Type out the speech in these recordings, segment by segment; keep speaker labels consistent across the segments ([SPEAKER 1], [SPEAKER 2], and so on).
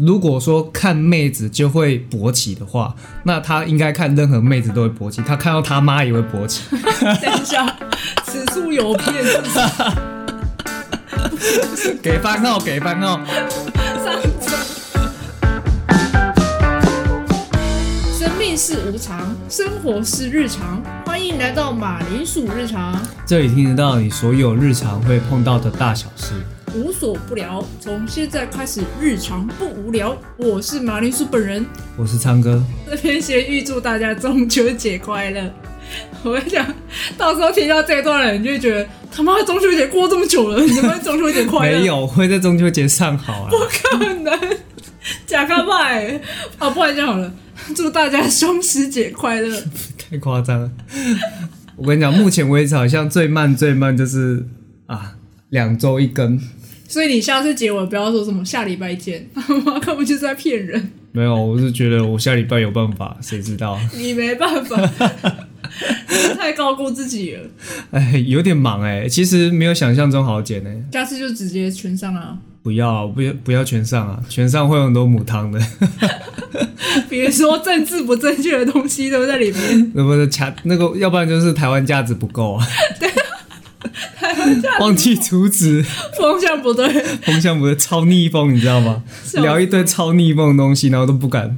[SPEAKER 1] 如果说看妹子就会勃起的话，那他应该看任何妹子都会勃起，他看到他妈也会勃起。
[SPEAKER 2] 等一下，此处有骗，是不是
[SPEAKER 1] 给番号，给哦番号。
[SPEAKER 2] 上周。生命是无常，生活是日常。欢迎来到马铃薯日常，
[SPEAKER 1] 这里听得到你所有日常会碰到的大小事。
[SPEAKER 2] 无所不聊。从现在开始，日常不无聊。我是马铃薯本人，
[SPEAKER 1] 我是昌哥，
[SPEAKER 2] 这边先预祝大家中秋节快乐。我跟你讲，到时候听到这段了，你就会觉得他妈中秋节过这么久了，你怎么会中秋节 快乐？
[SPEAKER 1] 没有我会在中秋节上 好啊。
[SPEAKER 2] 可能假开麦啊，不然这样好了，祝大家双十节快乐！
[SPEAKER 1] 太夸张了。我跟你讲，目前为止好像最慢最慢就是啊，两周一根。
[SPEAKER 2] 所以你下次结尾不要说什么下礼拜见，妈根本就是在骗人，
[SPEAKER 1] 没有，我是觉得我下礼拜有办法，谁知道？
[SPEAKER 2] 你没办法，你太高估自己了。
[SPEAKER 1] 哎，有点忙哎、其实没有想象中好剪哎、
[SPEAKER 2] 下次就直接全上啊，
[SPEAKER 1] 不要啊，不要，不要全上啊！全上会有很多母汤的，
[SPEAKER 2] 比如说政治不正确的东西都在里面，
[SPEAKER 1] 那不是卡那个，要不然就是台湾价值不够啊。忘记阻止
[SPEAKER 2] 方向不对。
[SPEAKER 1] 风向不是超逆风，你知道吗？
[SPEAKER 2] 笑死
[SPEAKER 1] 聊一堆超逆风的东西，然后都不敢。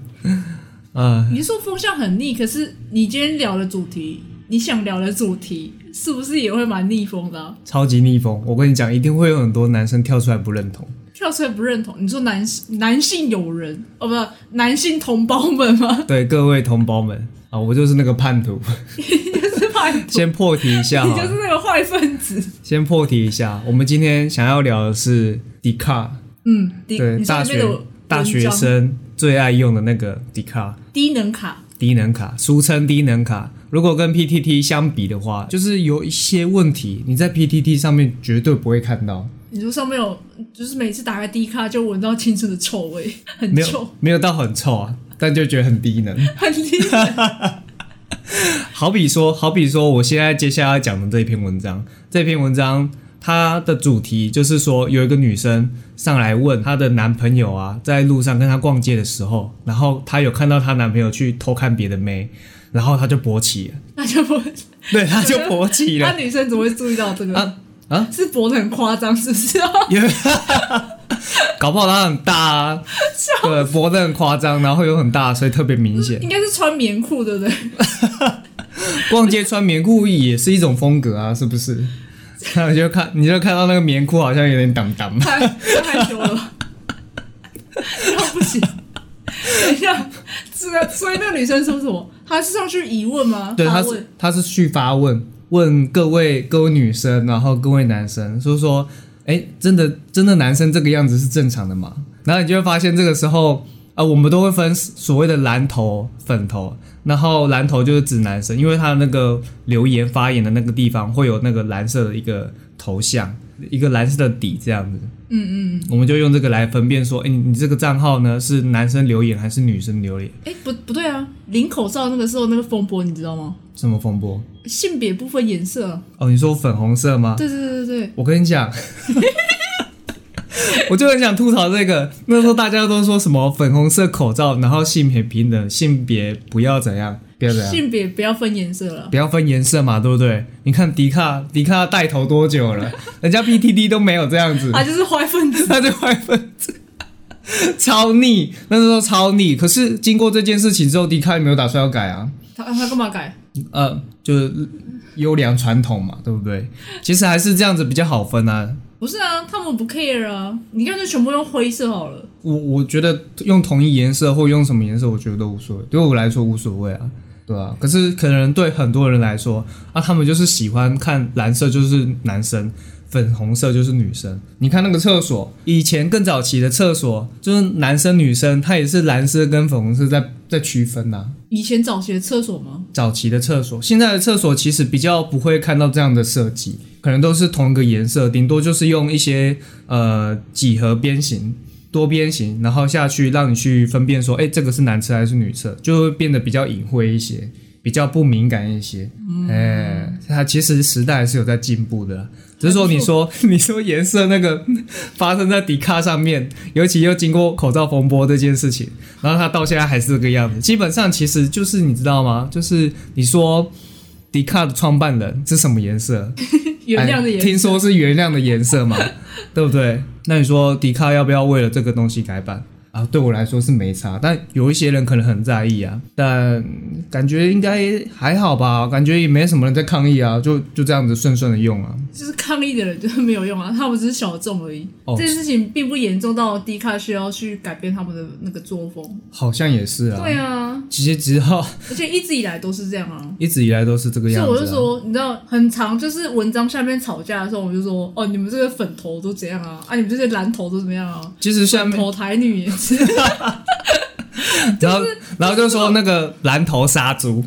[SPEAKER 1] 啊、
[SPEAKER 2] 你是说风向很逆，可是你今天聊的主题，你想聊的主题，是不是也会蛮逆风的啊、
[SPEAKER 1] 超级逆风！我跟你讲，一定会有很多男生跳出来不认同。
[SPEAKER 2] 跳出来不认同，你说男男性友人哦，不是男性同胞们吗？
[SPEAKER 1] 对各位同胞们啊，我就是那个叛徒。
[SPEAKER 2] 就是叛徒，
[SPEAKER 1] 先破题一下
[SPEAKER 2] 你
[SPEAKER 1] 哈，
[SPEAKER 2] 就是那个坏分子。
[SPEAKER 1] 先破题一下。我们今天想要聊的是迪卡，
[SPEAKER 2] 嗯，低
[SPEAKER 1] 对
[SPEAKER 2] 你说
[SPEAKER 1] 大
[SPEAKER 2] 里面的
[SPEAKER 1] 学
[SPEAKER 2] 文
[SPEAKER 1] 大学
[SPEAKER 2] 章
[SPEAKER 1] 生最爱用的那个迪卡。
[SPEAKER 2] 低能卡，
[SPEAKER 1] 低能卡，俗称低能卡。如果跟 PTT 相比的话，就是有一些问题，你在 PTT 上面绝对不会看到，
[SPEAKER 2] 你说上面有，就是每次打开低卡就闻到青春的臭味， 很
[SPEAKER 1] 没有
[SPEAKER 2] 臭，
[SPEAKER 1] 没有到很臭啊，但就觉得很低能。
[SPEAKER 2] 很低。
[SPEAKER 1] 好比说，好比说，我现在接下来要讲的这篇文章，这篇文章它的主题就是说，有一个女生上来问她的男朋友啊，在路上跟她逛街的时候，然后她有看到她男朋友去偷看别的妹，然后她就勃起了，
[SPEAKER 2] 那就不，
[SPEAKER 1] 对，她就勃起
[SPEAKER 2] 那
[SPEAKER 1] 了
[SPEAKER 2] 女生怎么会注意到这个？
[SPEAKER 1] 啊啊！
[SPEAKER 2] 是脖子很夸张，是不是？
[SPEAKER 1] 因为 搞不好它很大、啊，对，脖子很夸张，然后又很大，所以特别明 显。
[SPEAKER 2] 应该是穿棉裤，对不对？
[SPEAKER 1] 逛街穿棉裤也是一种风格啊，是不是？ 那你就看，你就看到那个棉裤好像有点挡挡。
[SPEAKER 2] 太太羞了吧，这样不行。等一下，这个所以那女生说什么？她是上去疑问吗？
[SPEAKER 1] 对，
[SPEAKER 2] 她
[SPEAKER 1] 他
[SPEAKER 2] 问
[SPEAKER 1] 是他是去发问，问各位各位女生，然后各位男生，就是说，哎，真的真的男生这个样子是正常的吗？然后你就会发现这个时候啊、我们都会分所谓的蓝头、粉头，然后蓝头就是指男生，因为他那个留言发言的那个地方会有那个蓝色的一个头像，一个蓝色的底这样子。嗯嗯，我们就用这个来分辨说，哎，你你这个账号呢是男生留言还是女生留言？
[SPEAKER 2] 哎、不不对啊！领口罩那个时候那个风波，你知道吗？
[SPEAKER 1] 什么风波？
[SPEAKER 2] 性别不分颜色啊。
[SPEAKER 1] 哦，你说粉红色吗？
[SPEAKER 2] 对对对对对，
[SPEAKER 1] 我跟你讲， 我就很想吐槽这个。那时候大家都说什么粉红色口罩，然后性别平等，性别不要怎样，不要怎样，
[SPEAKER 2] 性别不要分颜色了。
[SPEAKER 1] 不要分颜色嘛，对不对？你看迪卡，迪卡带头多久 了？人家 PTT 都没有这样子，
[SPEAKER 2] 啊，就是坏分 子，
[SPEAKER 1] 他就坏分子，超腻，那时候超腻。可是经过这件事情之后，迪卡也没有打算要改啊。
[SPEAKER 2] 他他干嘛改？
[SPEAKER 1] 呃，就是优良传统嘛，对不对？其实还是这样子比较好分啊。
[SPEAKER 2] 不是啊，他们不 care 啊，你干脆全部用灰色好了。
[SPEAKER 1] 我我觉得用同一颜色或用什么颜色，我觉得都无所谓，对我来说无所谓啊，对啊。可是可能对很多人来说，啊，他们就是喜欢看蓝色就是男生，粉红色就是女生。你看那个厕所，以前更早期的厕所，就是男生女生，它也是蓝色跟粉红色在在区分呐、
[SPEAKER 2] 以前早学厕所吗？
[SPEAKER 1] 早期的厕所，现在的厕所其实比较不会看到这样的设计，可能都是同一个颜色，顶多就是用一些呃几何边形、多边形，然后下去让你去分辨说，哎，这个是男厕还是女厕，就会变得比较隐晦一嗯些，比较不敏感一些。哎、它其实时代还是有在进步的啦，只是说 你说你说颜色那个发生在迪卡上面，尤其又经过口罩风波这件事情，然后它到现在还是这个样子。基本上其实就是你知道吗？就是你说迪卡的创办人是什么颜色？
[SPEAKER 2] 原谅
[SPEAKER 1] 哎
[SPEAKER 2] 的颜
[SPEAKER 1] 听说是原谅的颜色 嘛，对不对？那你说迪卡要不要为了这个东西改版啊？对我来说是没差，但有一些人可能很在意啊，但感觉应该还好吧，感觉也没什么人在抗议啊，就就这样子顺顺的用啊。
[SPEAKER 2] 就是抗议的人就是没有用啊， 他们只是小众而已。
[SPEAKER 1] 哦
[SPEAKER 2] 这件事情并不严重到低卡需要去改变他们的那个作风。
[SPEAKER 1] 好像也是啊，
[SPEAKER 2] 对啊，
[SPEAKER 1] 其实只要
[SPEAKER 2] 而且一直以来都是这样啊。
[SPEAKER 1] 一直以来都是这个
[SPEAKER 2] 所以
[SPEAKER 1] 样
[SPEAKER 2] 我就
[SPEAKER 1] 子、啊。
[SPEAKER 2] 说，你知道，很长就是文章下面吵架的时候，我就说，哦，你们这些粉头都怎样啊？啊，你们这些蓝头都怎么样啊？
[SPEAKER 1] 其实下
[SPEAKER 2] 粉
[SPEAKER 1] 面，
[SPEAKER 2] 头台女也是，
[SPEAKER 1] 然后然后就说那个蓝头杀 猪，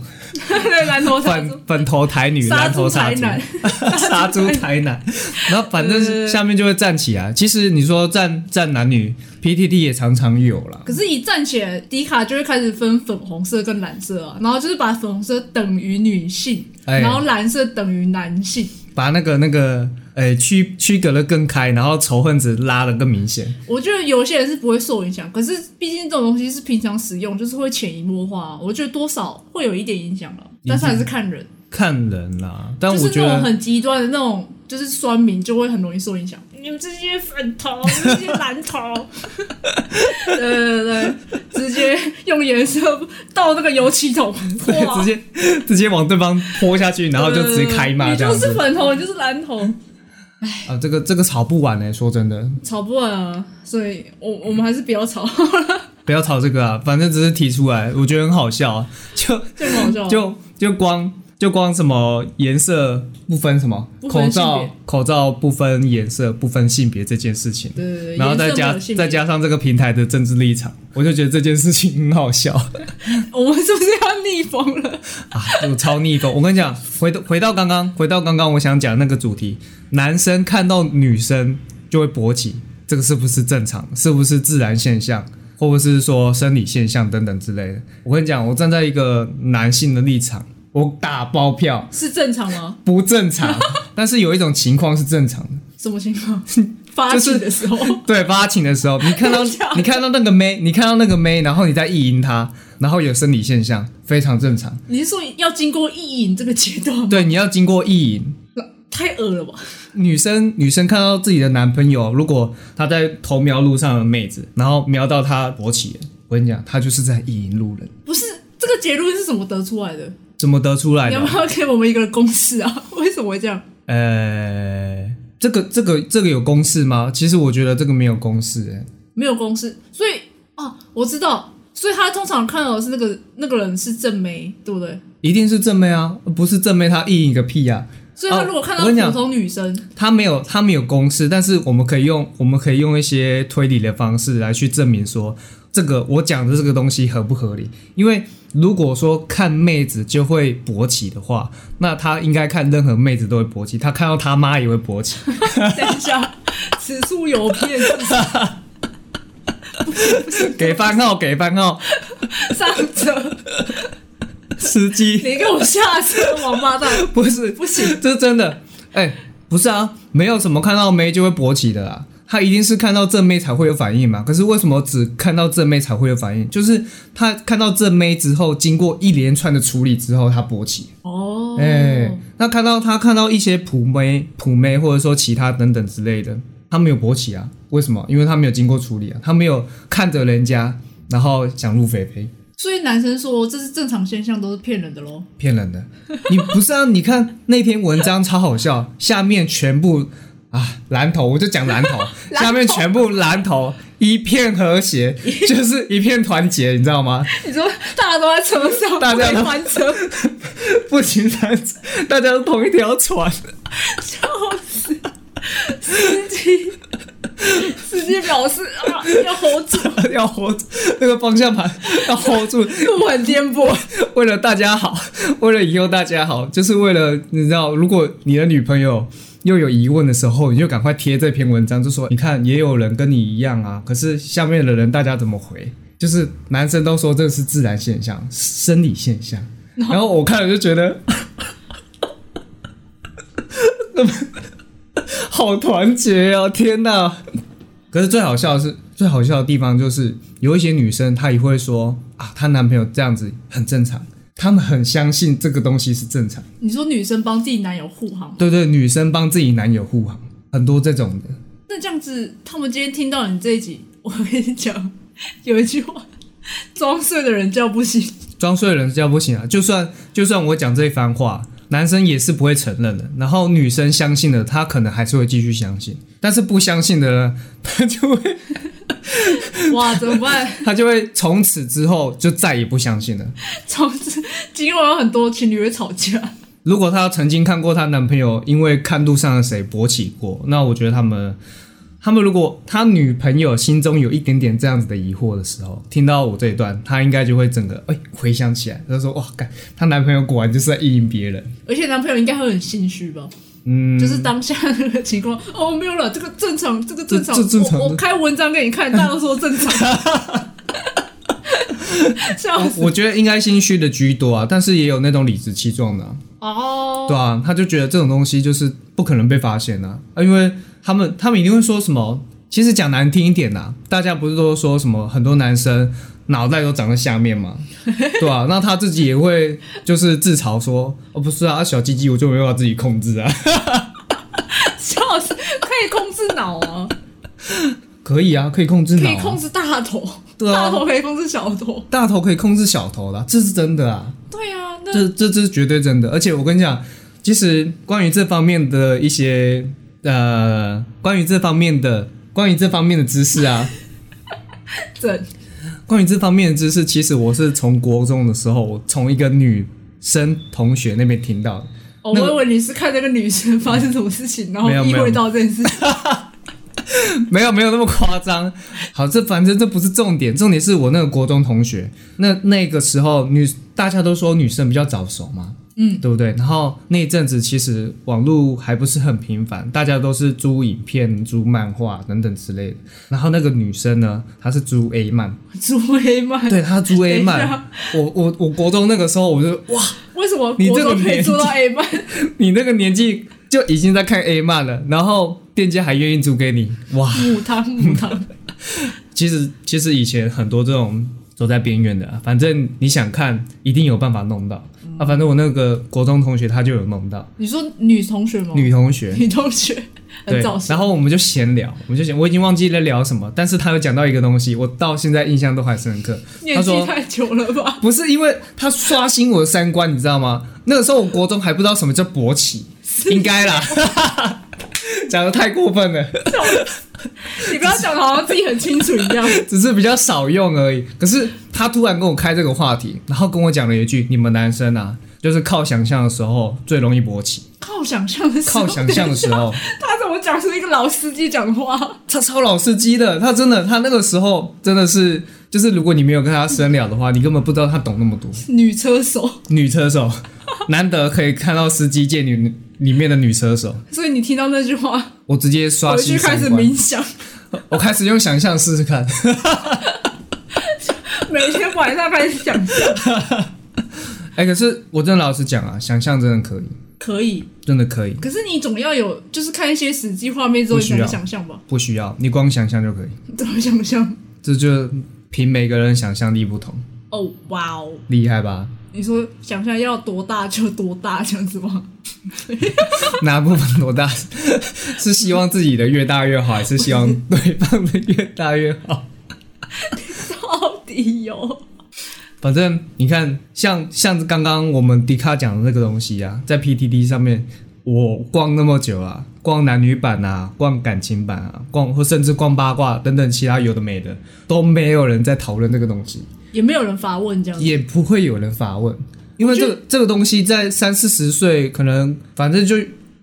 [SPEAKER 2] 对，蓝头台
[SPEAKER 1] 粉粉头台女，
[SPEAKER 2] 杀
[SPEAKER 1] 蓝头
[SPEAKER 2] 猪
[SPEAKER 1] 杀
[SPEAKER 2] 台
[SPEAKER 1] 猪，
[SPEAKER 2] 男，
[SPEAKER 1] 杀猪台南，然后反正
[SPEAKER 2] 呃
[SPEAKER 1] 是下面就会站起来。其实你说站站男女，PTT 也常常有啦。
[SPEAKER 2] 可是，一站起来，迪卡就会开始分粉红色跟蓝色啊，然后就是把粉红色等于女性，
[SPEAKER 1] 哎
[SPEAKER 2] 然后蓝色等于男性。
[SPEAKER 1] 把那个那个诶区区隔的更开，然后仇恨值拉的更明显。
[SPEAKER 2] 我觉得有些人是不会受影响，可是毕竟这种东西是平常使用，就是会潜移默化啊、我觉得多少会有一点影响了，但是还是看人，
[SPEAKER 1] 看人啦，但
[SPEAKER 2] 就
[SPEAKER 1] 我
[SPEAKER 2] 是
[SPEAKER 1] 觉
[SPEAKER 2] 那种
[SPEAKER 1] 得
[SPEAKER 2] 很极端的那种，就是酸民就会很容易受影响。你们这些粉头，你们这些蓝头， 对对对，直接用颜色倒那个油漆桶，
[SPEAKER 1] 对
[SPEAKER 2] 哇
[SPEAKER 1] 直接直接往对方泼下去，然后就直接开骂
[SPEAKER 2] 呃你
[SPEAKER 1] 这
[SPEAKER 2] 就
[SPEAKER 1] 样
[SPEAKER 2] 是
[SPEAKER 1] 子。
[SPEAKER 2] 粉头，你就是蓝头，
[SPEAKER 1] 啊，这个这个吵不完呢、说真的，
[SPEAKER 2] 吵不完啊！所以我我们还是不要吵，
[SPEAKER 1] 不要吵这个啊，反正只是提出来，我觉得很好笑、啊，就
[SPEAKER 2] 就很好笑。
[SPEAKER 1] 就就光就光什么颜色不分什么
[SPEAKER 2] 不分
[SPEAKER 1] 口
[SPEAKER 2] 性
[SPEAKER 1] 罩
[SPEAKER 2] 别
[SPEAKER 1] 口罩不分颜色不分性别这件事情，
[SPEAKER 2] 对对对，
[SPEAKER 1] 然后再
[SPEAKER 2] 颜色没有
[SPEAKER 1] 加
[SPEAKER 2] 性别
[SPEAKER 1] 再加上这个平台的政治立场，我就觉得这件事情很好笑
[SPEAKER 2] 我们是不是要逆风了？
[SPEAKER 1] 啊，就超逆风。我跟你讲，回到回到刚刚回到刚刚我想讲那个主题，男生看到女生就会勃起，这个是不是正常？是不是自然现象？或者是说生理现象等等之类的？我跟你讲，我站在一个男性的立场，我打包票。
[SPEAKER 2] 是正常吗？
[SPEAKER 1] 不正常， 但是有一种情况是正常的，
[SPEAKER 2] 什么情况？发
[SPEAKER 1] 就是
[SPEAKER 2] 起的时候，
[SPEAKER 1] 对，发情的时候，你看到
[SPEAKER 2] 真的假的
[SPEAKER 1] 你看到那个妹，你看到那个妹，然后你再意淫她，然后有生理现象，非常正常。
[SPEAKER 2] 你是说要经过意淫这个阶段吗？
[SPEAKER 1] 对，你要经过意淫。
[SPEAKER 2] 太恶了吧！
[SPEAKER 1] 女生女生看到自己的男朋友，如果她在偷瞄路上的妹子，然后瞄到她勃起了，我跟你讲，她就是在意淫路人。
[SPEAKER 2] 不是这个结论是怎么得出来的？
[SPEAKER 1] 怎么得出来
[SPEAKER 2] 你
[SPEAKER 1] 的
[SPEAKER 2] 要？不要给我们一个公式啊？ 为什么会这样？
[SPEAKER 1] 呃，这个这个这个有公式吗？其实我觉得这个没有公式、欸，
[SPEAKER 2] 没有公式，所以哦，我知道，所以他通常看到的是那个那个人是正妹，对不对？
[SPEAKER 1] 一定是正妹啊，不是正妹她意淫个屁呀、
[SPEAKER 2] 所以他
[SPEAKER 1] 哦
[SPEAKER 2] 如果看
[SPEAKER 1] 我
[SPEAKER 2] 到
[SPEAKER 1] 跟你讲
[SPEAKER 2] 普通 女生，
[SPEAKER 1] 它没有它没有公式，但是我们可以用我们可以用一些推理的方式来去证明说这个我讲的这个东西合不合理。因为如果说看妹子就会勃起的话，那他应该看任何妹子都会勃起，他看到他妈也会勃起。
[SPEAKER 2] 等一下，此处有骗，是不是
[SPEAKER 1] 给番号，给番号，
[SPEAKER 2] 上车，
[SPEAKER 1] 司机
[SPEAKER 2] 你给我下车，王八蛋！
[SPEAKER 1] 不是
[SPEAKER 2] 不行，
[SPEAKER 1] 这是真的。哎、不是啊，没有什么看到妹就会勃起的啦。他一定是看到正妹才会有反应嘛？可是为什么只看到正妹才会有反应？就是他看到正妹之后，经过一连串的处理之后，他勃起。
[SPEAKER 2] 哦，
[SPEAKER 1] 哎、那看到他看到一些普妹、普妹或者说其他等等之类的，他没有勃起啊？为什么？因为他没有经过处理啊，他没有看着人家，然后想入非非。
[SPEAKER 2] 所以男生说这是正常现象，都是骗人的喽。
[SPEAKER 1] 骗人的。你不是啊？你看那篇文章超好笑，下面全部啊蓝头，我就讲蓝头，
[SPEAKER 2] 头
[SPEAKER 1] 下面全部蓝头，一片和谐，就是一片团结，你知道吗？
[SPEAKER 2] 你说大家都在车上，
[SPEAKER 1] 大家都
[SPEAKER 2] 不可以翻车，
[SPEAKER 1] 不行，大家大家都同一条船，
[SPEAKER 2] 笑死！司机，司机表示啊，要 hold 住，
[SPEAKER 1] 要 hold 那个方向盘要 hold 住，
[SPEAKER 2] 路很颠簸。
[SPEAKER 1] 为了大家好，为了以后大家好，就是为了你知道，如果你的女朋友又有疑问的时候，你就赶快贴这篇文章，就说你看也有人跟你一样啊，可是下面的人大家怎么回？就是男生都说这是自然现象、生理现象， 然后我看了就觉得， 好团结哦！天哪！可是最好笑的是，最好笑的地方就是有一些女生她也会说啊，她男朋友这样子很正常，她们很相信这个东西是正常。
[SPEAKER 2] 你说女生帮自己男友护航，
[SPEAKER 1] 对对，女生帮自己男友护航，很多这种的。
[SPEAKER 2] 那这样子，他们今天听到你这一集，我跟你讲，有一句话，装睡的人叫不醒。
[SPEAKER 1] 装睡的人是叫不行啊！就算就算我讲这一番话，男生也是不会承认的。然后女生相信了，他可能还是会继续相信；但是不相信的呢，他就会
[SPEAKER 2] 哇，怎么办？
[SPEAKER 1] 他就会从此之后就再也不相信了。
[SPEAKER 2] 从此 今后有很多情侣会吵架。
[SPEAKER 1] 如果她曾经看过她男朋友因为看路上的谁勃起过，那我觉得他们，他们如果她女朋友心中有一点点这样子的疑惑的时候，听到我这一段，她应该就会整个哎、回想起来，她说哇，干，她男朋友果然就是在意淫别人。
[SPEAKER 2] 而且男朋友应该会很心虚吧？
[SPEAKER 1] 嗯，
[SPEAKER 2] 就是当下那个情况，哦，没有了，这个正常，这个正常，
[SPEAKER 1] 这这正常
[SPEAKER 2] 我我开文章给你看，大家都说正 常，笑死。
[SPEAKER 1] 我我觉得应该心虚的居多啊，但是也有那种理直气壮的、啊，
[SPEAKER 2] 哦，
[SPEAKER 1] 对啊，他就觉得这种东西就是不可能被发现啊，啊因为他们他们一定会说什么，其实讲难听一点呐、啊，大家不是都说什么很多男生脑袋都长在下面 嘛，对啊，那他自己也会就是自嘲说，哦不是啊，啊小鸡鸡我就没办法自己控制啊，
[SPEAKER 2] 笑死，可以控制脑啊，
[SPEAKER 1] 可以啊，可以控制
[SPEAKER 2] 可
[SPEAKER 1] 脑、
[SPEAKER 2] 以控
[SPEAKER 1] 啊，
[SPEAKER 2] 制大头，
[SPEAKER 1] 对啊
[SPEAKER 2] 大头可以控制小头，
[SPEAKER 1] 大头可以控制小头啦，这是真的啊，
[SPEAKER 2] 对啊，那
[SPEAKER 1] 这这这是绝对真的。而且我跟你讲，其实关于这方面的一些呃，关于这方面的关于这方面的知识啊，
[SPEAKER 2] 整
[SPEAKER 1] 关于这方面的知识，其实我是从国中的时候，我从一个女生同学那边听到的。
[SPEAKER 2] 哦，
[SPEAKER 1] 那个
[SPEAKER 2] 我以为你是看那个女生发生什么事情，然后
[SPEAKER 1] 没有
[SPEAKER 2] 意
[SPEAKER 1] 没
[SPEAKER 2] 会
[SPEAKER 1] 有
[SPEAKER 2] 到这件事情。
[SPEAKER 1] 没有没有那么夸张。好，这反正这不是重点，重点是我那个国中同学，那那个时候女大家都说女生比较早熟嘛，
[SPEAKER 2] 嗯，
[SPEAKER 1] 对不对？然后那一阵子其实网络还不是很频繁，大家都是租影片、租漫画等等之类的。然后那个女生呢，她是租 A 漫，
[SPEAKER 2] 朱黑曼，
[SPEAKER 1] 对，她租 A
[SPEAKER 2] 等一
[SPEAKER 1] 漫
[SPEAKER 2] 下。
[SPEAKER 1] 我我我国中那个时候，我就哇，
[SPEAKER 2] 为什么
[SPEAKER 1] 你
[SPEAKER 2] 国
[SPEAKER 1] 这个
[SPEAKER 2] 中可以
[SPEAKER 1] 年
[SPEAKER 2] 做到 A 曼？
[SPEAKER 1] 你那个年纪就已经在看 A 漫了，然后店家还愿意租给你，哇！
[SPEAKER 2] 母汤母汤，
[SPEAKER 1] 其实其实以前很多这种走在边缘的、啊，反正你想看，一定有办法弄到、
[SPEAKER 2] 嗯
[SPEAKER 1] 啊。反正我那个国中同学他就有弄到，
[SPEAKER 2] 你说女同学吗？
[SPEAKER 1] 女同学。
[SPEAKER 2] 女同学很
[SPEAKER 1] 对
[SPEAKER 2] 早，熟
[SPEAKER 1] 然，后我们就闲聊，我们就闲，我已经忘记在聊什么，但是他有讲到一个东西，我到现在印象都还深刻。
[SPEAKER 2] 年
[SPEAKER 1] 他
[SPEAKER 2] 纪
[SPEAKER 1] 说
[SPEAKER 2] 太久了吧？
[SPEAKER 1] 不是因为他刷新我的三观，你知道吗？那个时候我国中还不知道什么叫勃 起，应该啦， 讲的太过分了。
[SPEAKER 2] 你不要讲的好像自己很清楚一 样。
[SPEAKER 1] 只是比较少用而已。可是他突然跟我开这个话题，然后跟我讲了一句：“你们男生啊，就是靠想象的时候最容易勃 起，
[SPEAKER 2] 靠想象的时候，
[SPEAKER 1] 靠想象的时候，
[SPEAKER 2] 他怎么讲出一个老司机讲话？
[SPEAKER 1] 他超老司机的，他真的，他那个时候真的是，就是如果你没有跟他深聊的话，你根本不知道他懂那么多。
[SPEAKER 2] 女车手，
[SPEAKER 1] 女车 手难得可以看到司机界女里面的女车手，
[SPEAKER 2] 所以你听到那句话，
[SPEAKER 1] 我直接刷
[SPEAKER 2] 回
[SPEAKER 1] 新
[SPEAKER 2] 去开
[SPEAKER 1] 三
[SPEAKER 2] 始
[SPEAKER 1] 观
[SPEAKER 2] 冥，想，
[SPEAKER 1] 我开始用想象试试看。”
[SPEAKER 2] 每天晚上开始想象。
[SPEAKER 1] 哎、可是我真的老实讲啊，想象真的可以，
[SPEAKER 2] 可以，
[SPEAKER 1] 真的可以，
[SPEAKER 2] 可是你总要有，就是看一些实际画面之后，
[SPEAKER 1] 不
[SPEAKER 2] 你
[SPEAKER 1] 需
[SPEAKER 2] 才
[SPEAKER 1] 要
[SPEAKER 2] 能想象吧？
[SPEAKER 1] 不需要你光想象就可以。
[SPEAKER 2] 怎么想象？
[SPEAKER 1] 这就凭每个人想象力不同，
[SPEAKER 2] 哦，哇哦！
[SPEAKER 1] 厉害吧？
[SPEAKER 2] 你说想象要多大就多大这样子吗？
[SPEAKER 1] 哪部分多大？是希望自己的越大越好，还是希望对方的越大越好？
[SPEAKER 2] 到底有？
[SPEAKER 1] 反正你看，像像刚刚我们迪卡讲的那个东西啊，在 PTT 上面，我逛那么久啊，逛男女版啊，逛感情版啊，逛或甚至逛八卦等等其他有的没的，都没有人在讨论这个东西。
[SPEAKER 2] 也没有人发问这样子。
[SPEAKER 1] 也不会有人发问，因为
[SPEAKER 2] 我觉
[SPEAKER 1] 这
[SPEAKER 2] 得
[SPEAKER 1] 个这个东西在三四十岁，可能反正就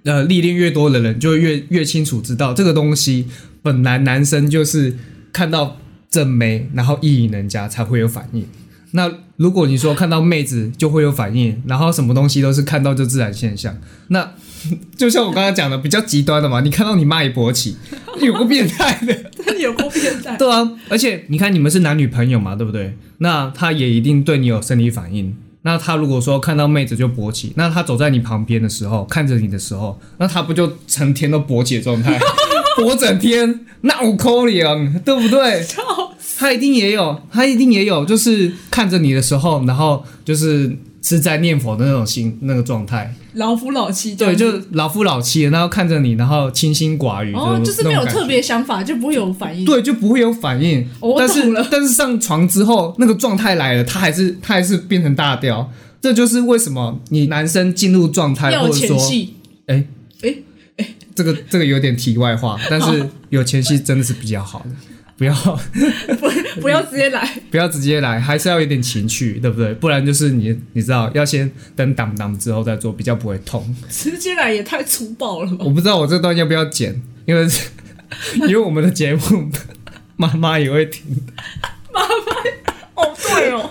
[SPEAKER 1] 呃历练越多的人，就越越清楚知道这个东西本来男生就是看到正妹，然后意淫人家才会有反应。那如果你说看到妹子就会有反应，然后什么东西都是看到就自然现象，那就像我刚刚讲的比较极端的嘛，你看到你妈也勃 起，有个变态的。
[SPEAKER 2] 真的 有够变 态。
[SPEAKER 1] 对啊，而且你看你们是男女朋友嘛，对不对？那他也一定对你有生理反应。那他如果说看到妹子就勃起，那他走在你旁边的时候，看着你的时候，那他不就成天都勃起的状态， 勃整天，那我扣脸，对不对？他一定也有，他一定也有，就是看着你的时候，然后就是是在念佛的那种心那个状态，
[SPEAKER 2] 老夫老妻
[SPEAKER 1] 对，
[SPEAKER 2] 这样子，
[SPEAKER 1] 就老夫老妻，然后看着你，然后清心寡欲，
[SPEAKER 2] 哦，就是没有
[SPEAKER 1] 那种感觉
[SPEAKER 2] 特别想法，就不会有反应。
[SPEAKER 1] 对，就不会有反应。
[SPEAKER 2] 哦我
[SPEAKER 1] 但
[SPEAKER 2] 懂
[SPEAKER 1] 是
[SPEAKER 2] 了
[SPEAKER 1] 但是上床之后，那个状态来了，他还是他还是变成大调。这就是为什么你男生进入状态，
[SPEAKER 2] 要
[SPEAKER 1] 或
[SPEAKER 2] 有
[SPEAKER 1] 者
[SPEAKER 2] 前
[SPEAKER 1] 说
[SPEAKER 2] 戏，
[SPEAKER 1] 这个这个有点题外 话，但是有前戏真的是比较好的，不要
[SPEAKER 2] 不不要直接来。
[SPEAKER 1] 不要直接来，还是要有点情趣，对不对？不然就是你你知道，要先等挡挡之后再做，比较不会痛。
[SPEAKER 2] 直接来也太粗暴了吧？
[SPEAKER 1] 我不知道我这段要不要剪，因为 因为我们的节目妈妈也会听，
[SPEAKER 2] 哦，对哦，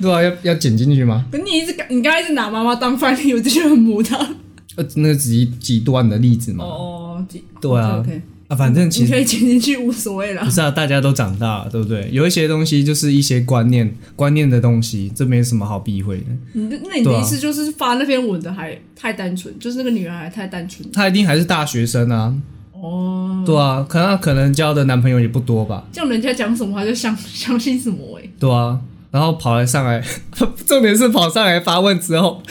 [SPEAKER 1] 对吧、要要剪进去吗？
[SPEAKER 2] 可你一直你刚才一直拿妈妈当范例，我就觉得很母汤。
[SPEAKER 1] 呃，那几几段的例子嘛。
[SPEAKER 2] 哦，
[SPEAKER 1] 对啊
[SPEAKER 2] o k
[SPEAKER 1] 啊，反正其
[SPEAKER 2] 你可
[SPEAKER 1] 实
[SPEAKER 2] 以剪进去无所谓啦
[SPEAKER 1] 不。是啊，大家都长大了，对不对？有一些东西就是一些观念，观念的东西，这没什么好避讳的。
[SPEAKER 2] 你的那你
[SPEAKER 1] 对
[SPEAKER 2] 的
[SPEAKER 1] 啊
[SPEAKER 2] 意思就是发那篇文的还太单纯，就是那个女孩还太单纯。
[SPEAKER 1] 他一定还是大学生啊，
[SPEAKER 2] 哦，
[SPEAKER 1] 对啊，可能他可能交的男朋友也不多吧，
[SPEAKER 2] 这样人家讲什么他就 相相信什么哎、
[SPEAKER 1] 对啊，然后跑来上来， 重点是跑上来发问之后，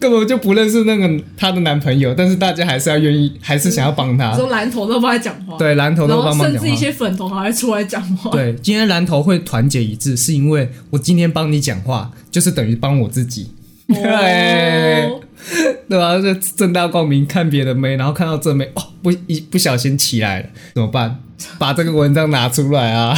[SPEAKER 1] 根本就不认识那个她的男朋友，但是大家还是要愿意，还是想要帮他。
[SPEAKER 2] 说蓝头都帮他讲话，，
[SPEAKER 1] 啊对，蓝头
[SPEAKER 2] 嗯然
[SPEAKER 1] 都帮
[SPEAKER 2] 后
[SPEAKER 1] 忙
[SPEAKER 2] 甚
[SPEAKER 1] 讲
[SPEAKER 2] 至一
[SPEAKER 1] 话。
[SPEAKER 2] 些粉头还会出来讲话。
[SPEAKER 1] 对，今天蓝头会团结一致，是因为我今天帮你讲话，就是等于帮我自己。对
[SPEAKER 2] 哦，
[SPEAKER 1] 对吧、就正大光明看别的妹，然后看到这妹，哦，不一不小心起来了，怎么办？把这个文章拿出来啊！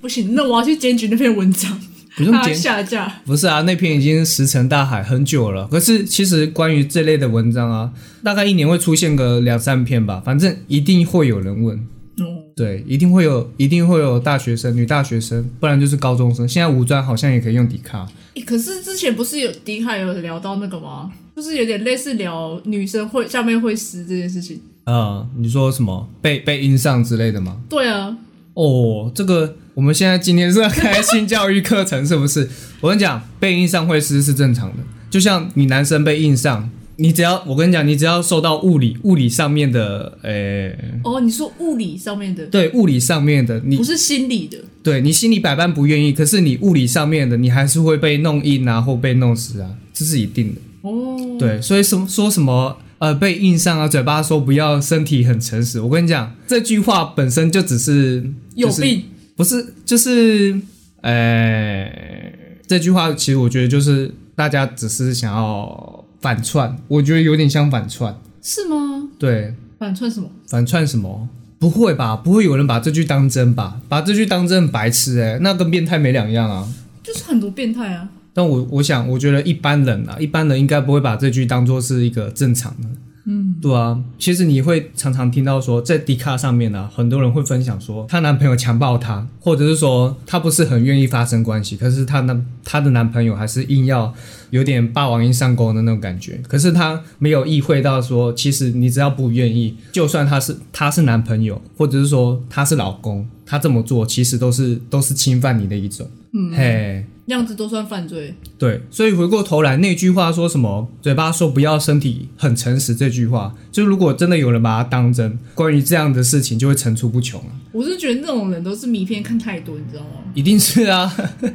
[SPEAKER 2] 不行，那我要去检举那篇文章，
[SPEAKER 1] 不用
[SPEAKER 2] 他
[SPEAKER 1] 剪，
[SPEAKER 2] 下架。
[SPEAKER 1] 不是啊，那篇已经石沉大海很久了。可是其实关于这类的文章啊，大概一年会出现个两三篇吧，反正一定会有人问。
[SPEAKER 2] 哦，
[SPEAKER 1] 对，一定会有，一定会有大学生、女大学生，不然就是高中生。现在五专好像也可以用迪卡，
[SPEAKER 2] 欸可是之前不是有迪卡有聊到那个吗？就是有点类似聊女生会下面会湿这件事情。
[SPEAKER 1] 呃，你说什么被被印上之类的吗？
[SPEAKER 2] 对啊，
[SPEAKER 1] 哦，这个我们现在今天是要开性教育课程，是不是？ 我跟你讲，被印上会湿是正常的，就像你男生被印上，你只要我跟你讲，你只要受到物理物理上面的，呃、
[SPEAKER 2] 哦，你说物理上面的，
[SPEAKER 1] 对物理上面的，你
[SPEAKER 2] 不是心理的，
[SPEAKER 1] 对你心里百般不愿意，可是你物理上面的，你还是会被弄硬啊，或被弄湿啊，这是一定的。
[SPEAKER 2] 哦，
[SPEAKER 1] 对，所以什么说什么呃被印上啊，嘴巴说不要，身体很诚实。我跟你讲，这句话本身就只是
[SPEAKER 2] 有
[SPEAKER 1] 就是
[SPEAKER 2] 病，
[SPEAKER 1] 不是，就是，呃，这句话其实我觉得就是大家只是想要反串，我觉得有点像反串，
[SPEAKER 2] 是吗？
[SPEAKER 1] 对，
[SPEAKER 2] 反串什么？
[SPEAKER 1] 反串什么？不会吧？不会有人把这句当真吧？把这句当真很白痴哎、那跟变态没两样啊。
[SPEAKER 2] 就是很多变态啊。
[SPEAKER 1] 但我我想，我觉得一般人啊，一般人应该不会把这句当做是一个正常的。嗯，对啊，其实你会常常听到说，在迪卡上面呢、啊，很多人会分享说，她男朋友强暴她，或者是说她不是很愿意发生关系，可是她男她的男朋友还是硬要有点霸王硬上弓的那种感觉。可是她没有意会到说，其实你只要不愿意，就算他是他是男朋友，或者是说他是老公，他这么做其实都是都是侵犯你的一种。嗯，嘿。
[SPEAKER 2] 那样子都算犯罪，
[SPEAKER 1] 对，所以回过头来那句话说什么“嘴巴说不要，身体很诚实”这句话，就如果真的有人把它当真，关于这样的事情就会层出不穷啊，
[SPEAKER 2] 我是觉得那种人都是迷片看太多，你知道吗？
[SPEAKER 1] 一定是啊，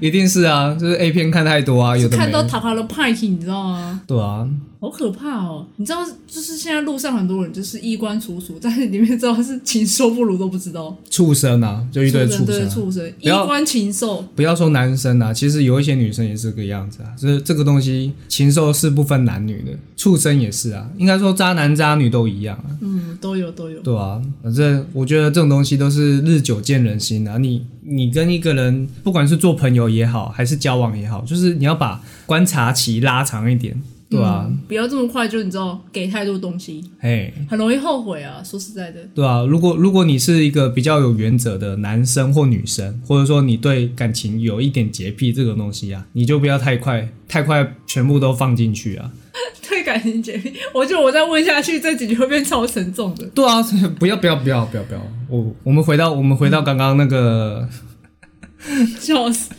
[SPEAKER 1] 一定是啊，就是 A 片看太多啊，有
[SPEAKER 2] 是
[SPEAKER 1] 的
[SPEAKER 2] 看
[SPEAKER 1] 没
[SPEAKER 2] 到
[SPEAKER 1] 的，
[SPEAKER 2] 塔卡的派系，你知道吗？
[SPEAKER 1] 对啊，
[SPEAKER 2] 好可怕哦！你知道，就是现在路上很多人就是衣冠楚楚，但是里面知道是禽兽不如都不知道，
[SPEAKER 1] 畜生啊，就一堆畜
[SPEAKER 2] 对
[SPEAKER 1] 生啊、
[SPEAKER 2] 畜生，衣
[SPEAKER 1] 要
[SPEAKER 2] 冠禽兽。
[SPEAKER 1] 不要说男生啊，其实有一些女生也是这个样子啊，就是这个东西禽兽是不分男女的，畜生也是啊，应该说渣男渣女都一样啊。
[SPEAKER 2] 嗯，都有都有。
[SPEAKER 1] 对啊，反正我觉得这种东西都是日久见人心啊。你你跟一个人，不管是做朋友也好，还是交往也好，就是你要把观察期拉长一点，对啊，
[SPEAKER 2] 嗯不要这么快就你知道给太多东西，
[SPEAKER 1] 嘿、
[SPEAKER 2] 很容易后悔啊。说实在的，
[SPEAKER 1] 对啊，如果如果你是一个比较有原则的男生或女生，或者说你对感情有一点洁癖这种东西啊，你就不要太快太快全部都放进去啊。
[SPEAKER 2] 对感情洁癖，我觉得我再问下去，这几句会变超沉重的。
[SPEAKER 1] 对啊， 不要不要不要不要不要，我我们回到我们回到刚刚那个
[SPEAKER 2] 笑死！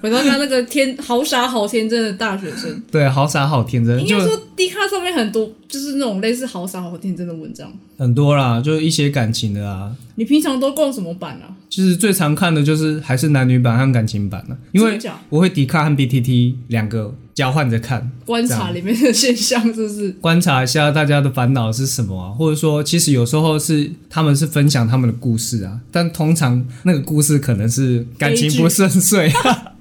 [SPEAKER 2] 回到他那个天好傻好天真的大学生，
[SPEAKER 1] 对，好傻好天真，
[SPEAKER 2] 应
[SPEAKER 1] 就
[SPEAKER 2] 该说 D 卡上面很多就是那种类似好傻好天真的文章。
[SPEAKER 1] 很多啦，就一些感情的啊，
[SPEAKER 2] 你平常都逛什么版啊？
[SPEAKER 1] 就是最常看的就是还是男女版和感情版呢、因为
[SPEAKER 2] 真假
[SPEAKER 1] 我会迪卡和 BTT 两个交换着看，
[SPEAKER 2] 观察里面的现象是不是？
[SPEAKER 1] 观察一下大家的烦恼是什么啊，或者说其实有时候是他们是分享他们的故事啊，但通常那个故事可能是感情不顺遂啊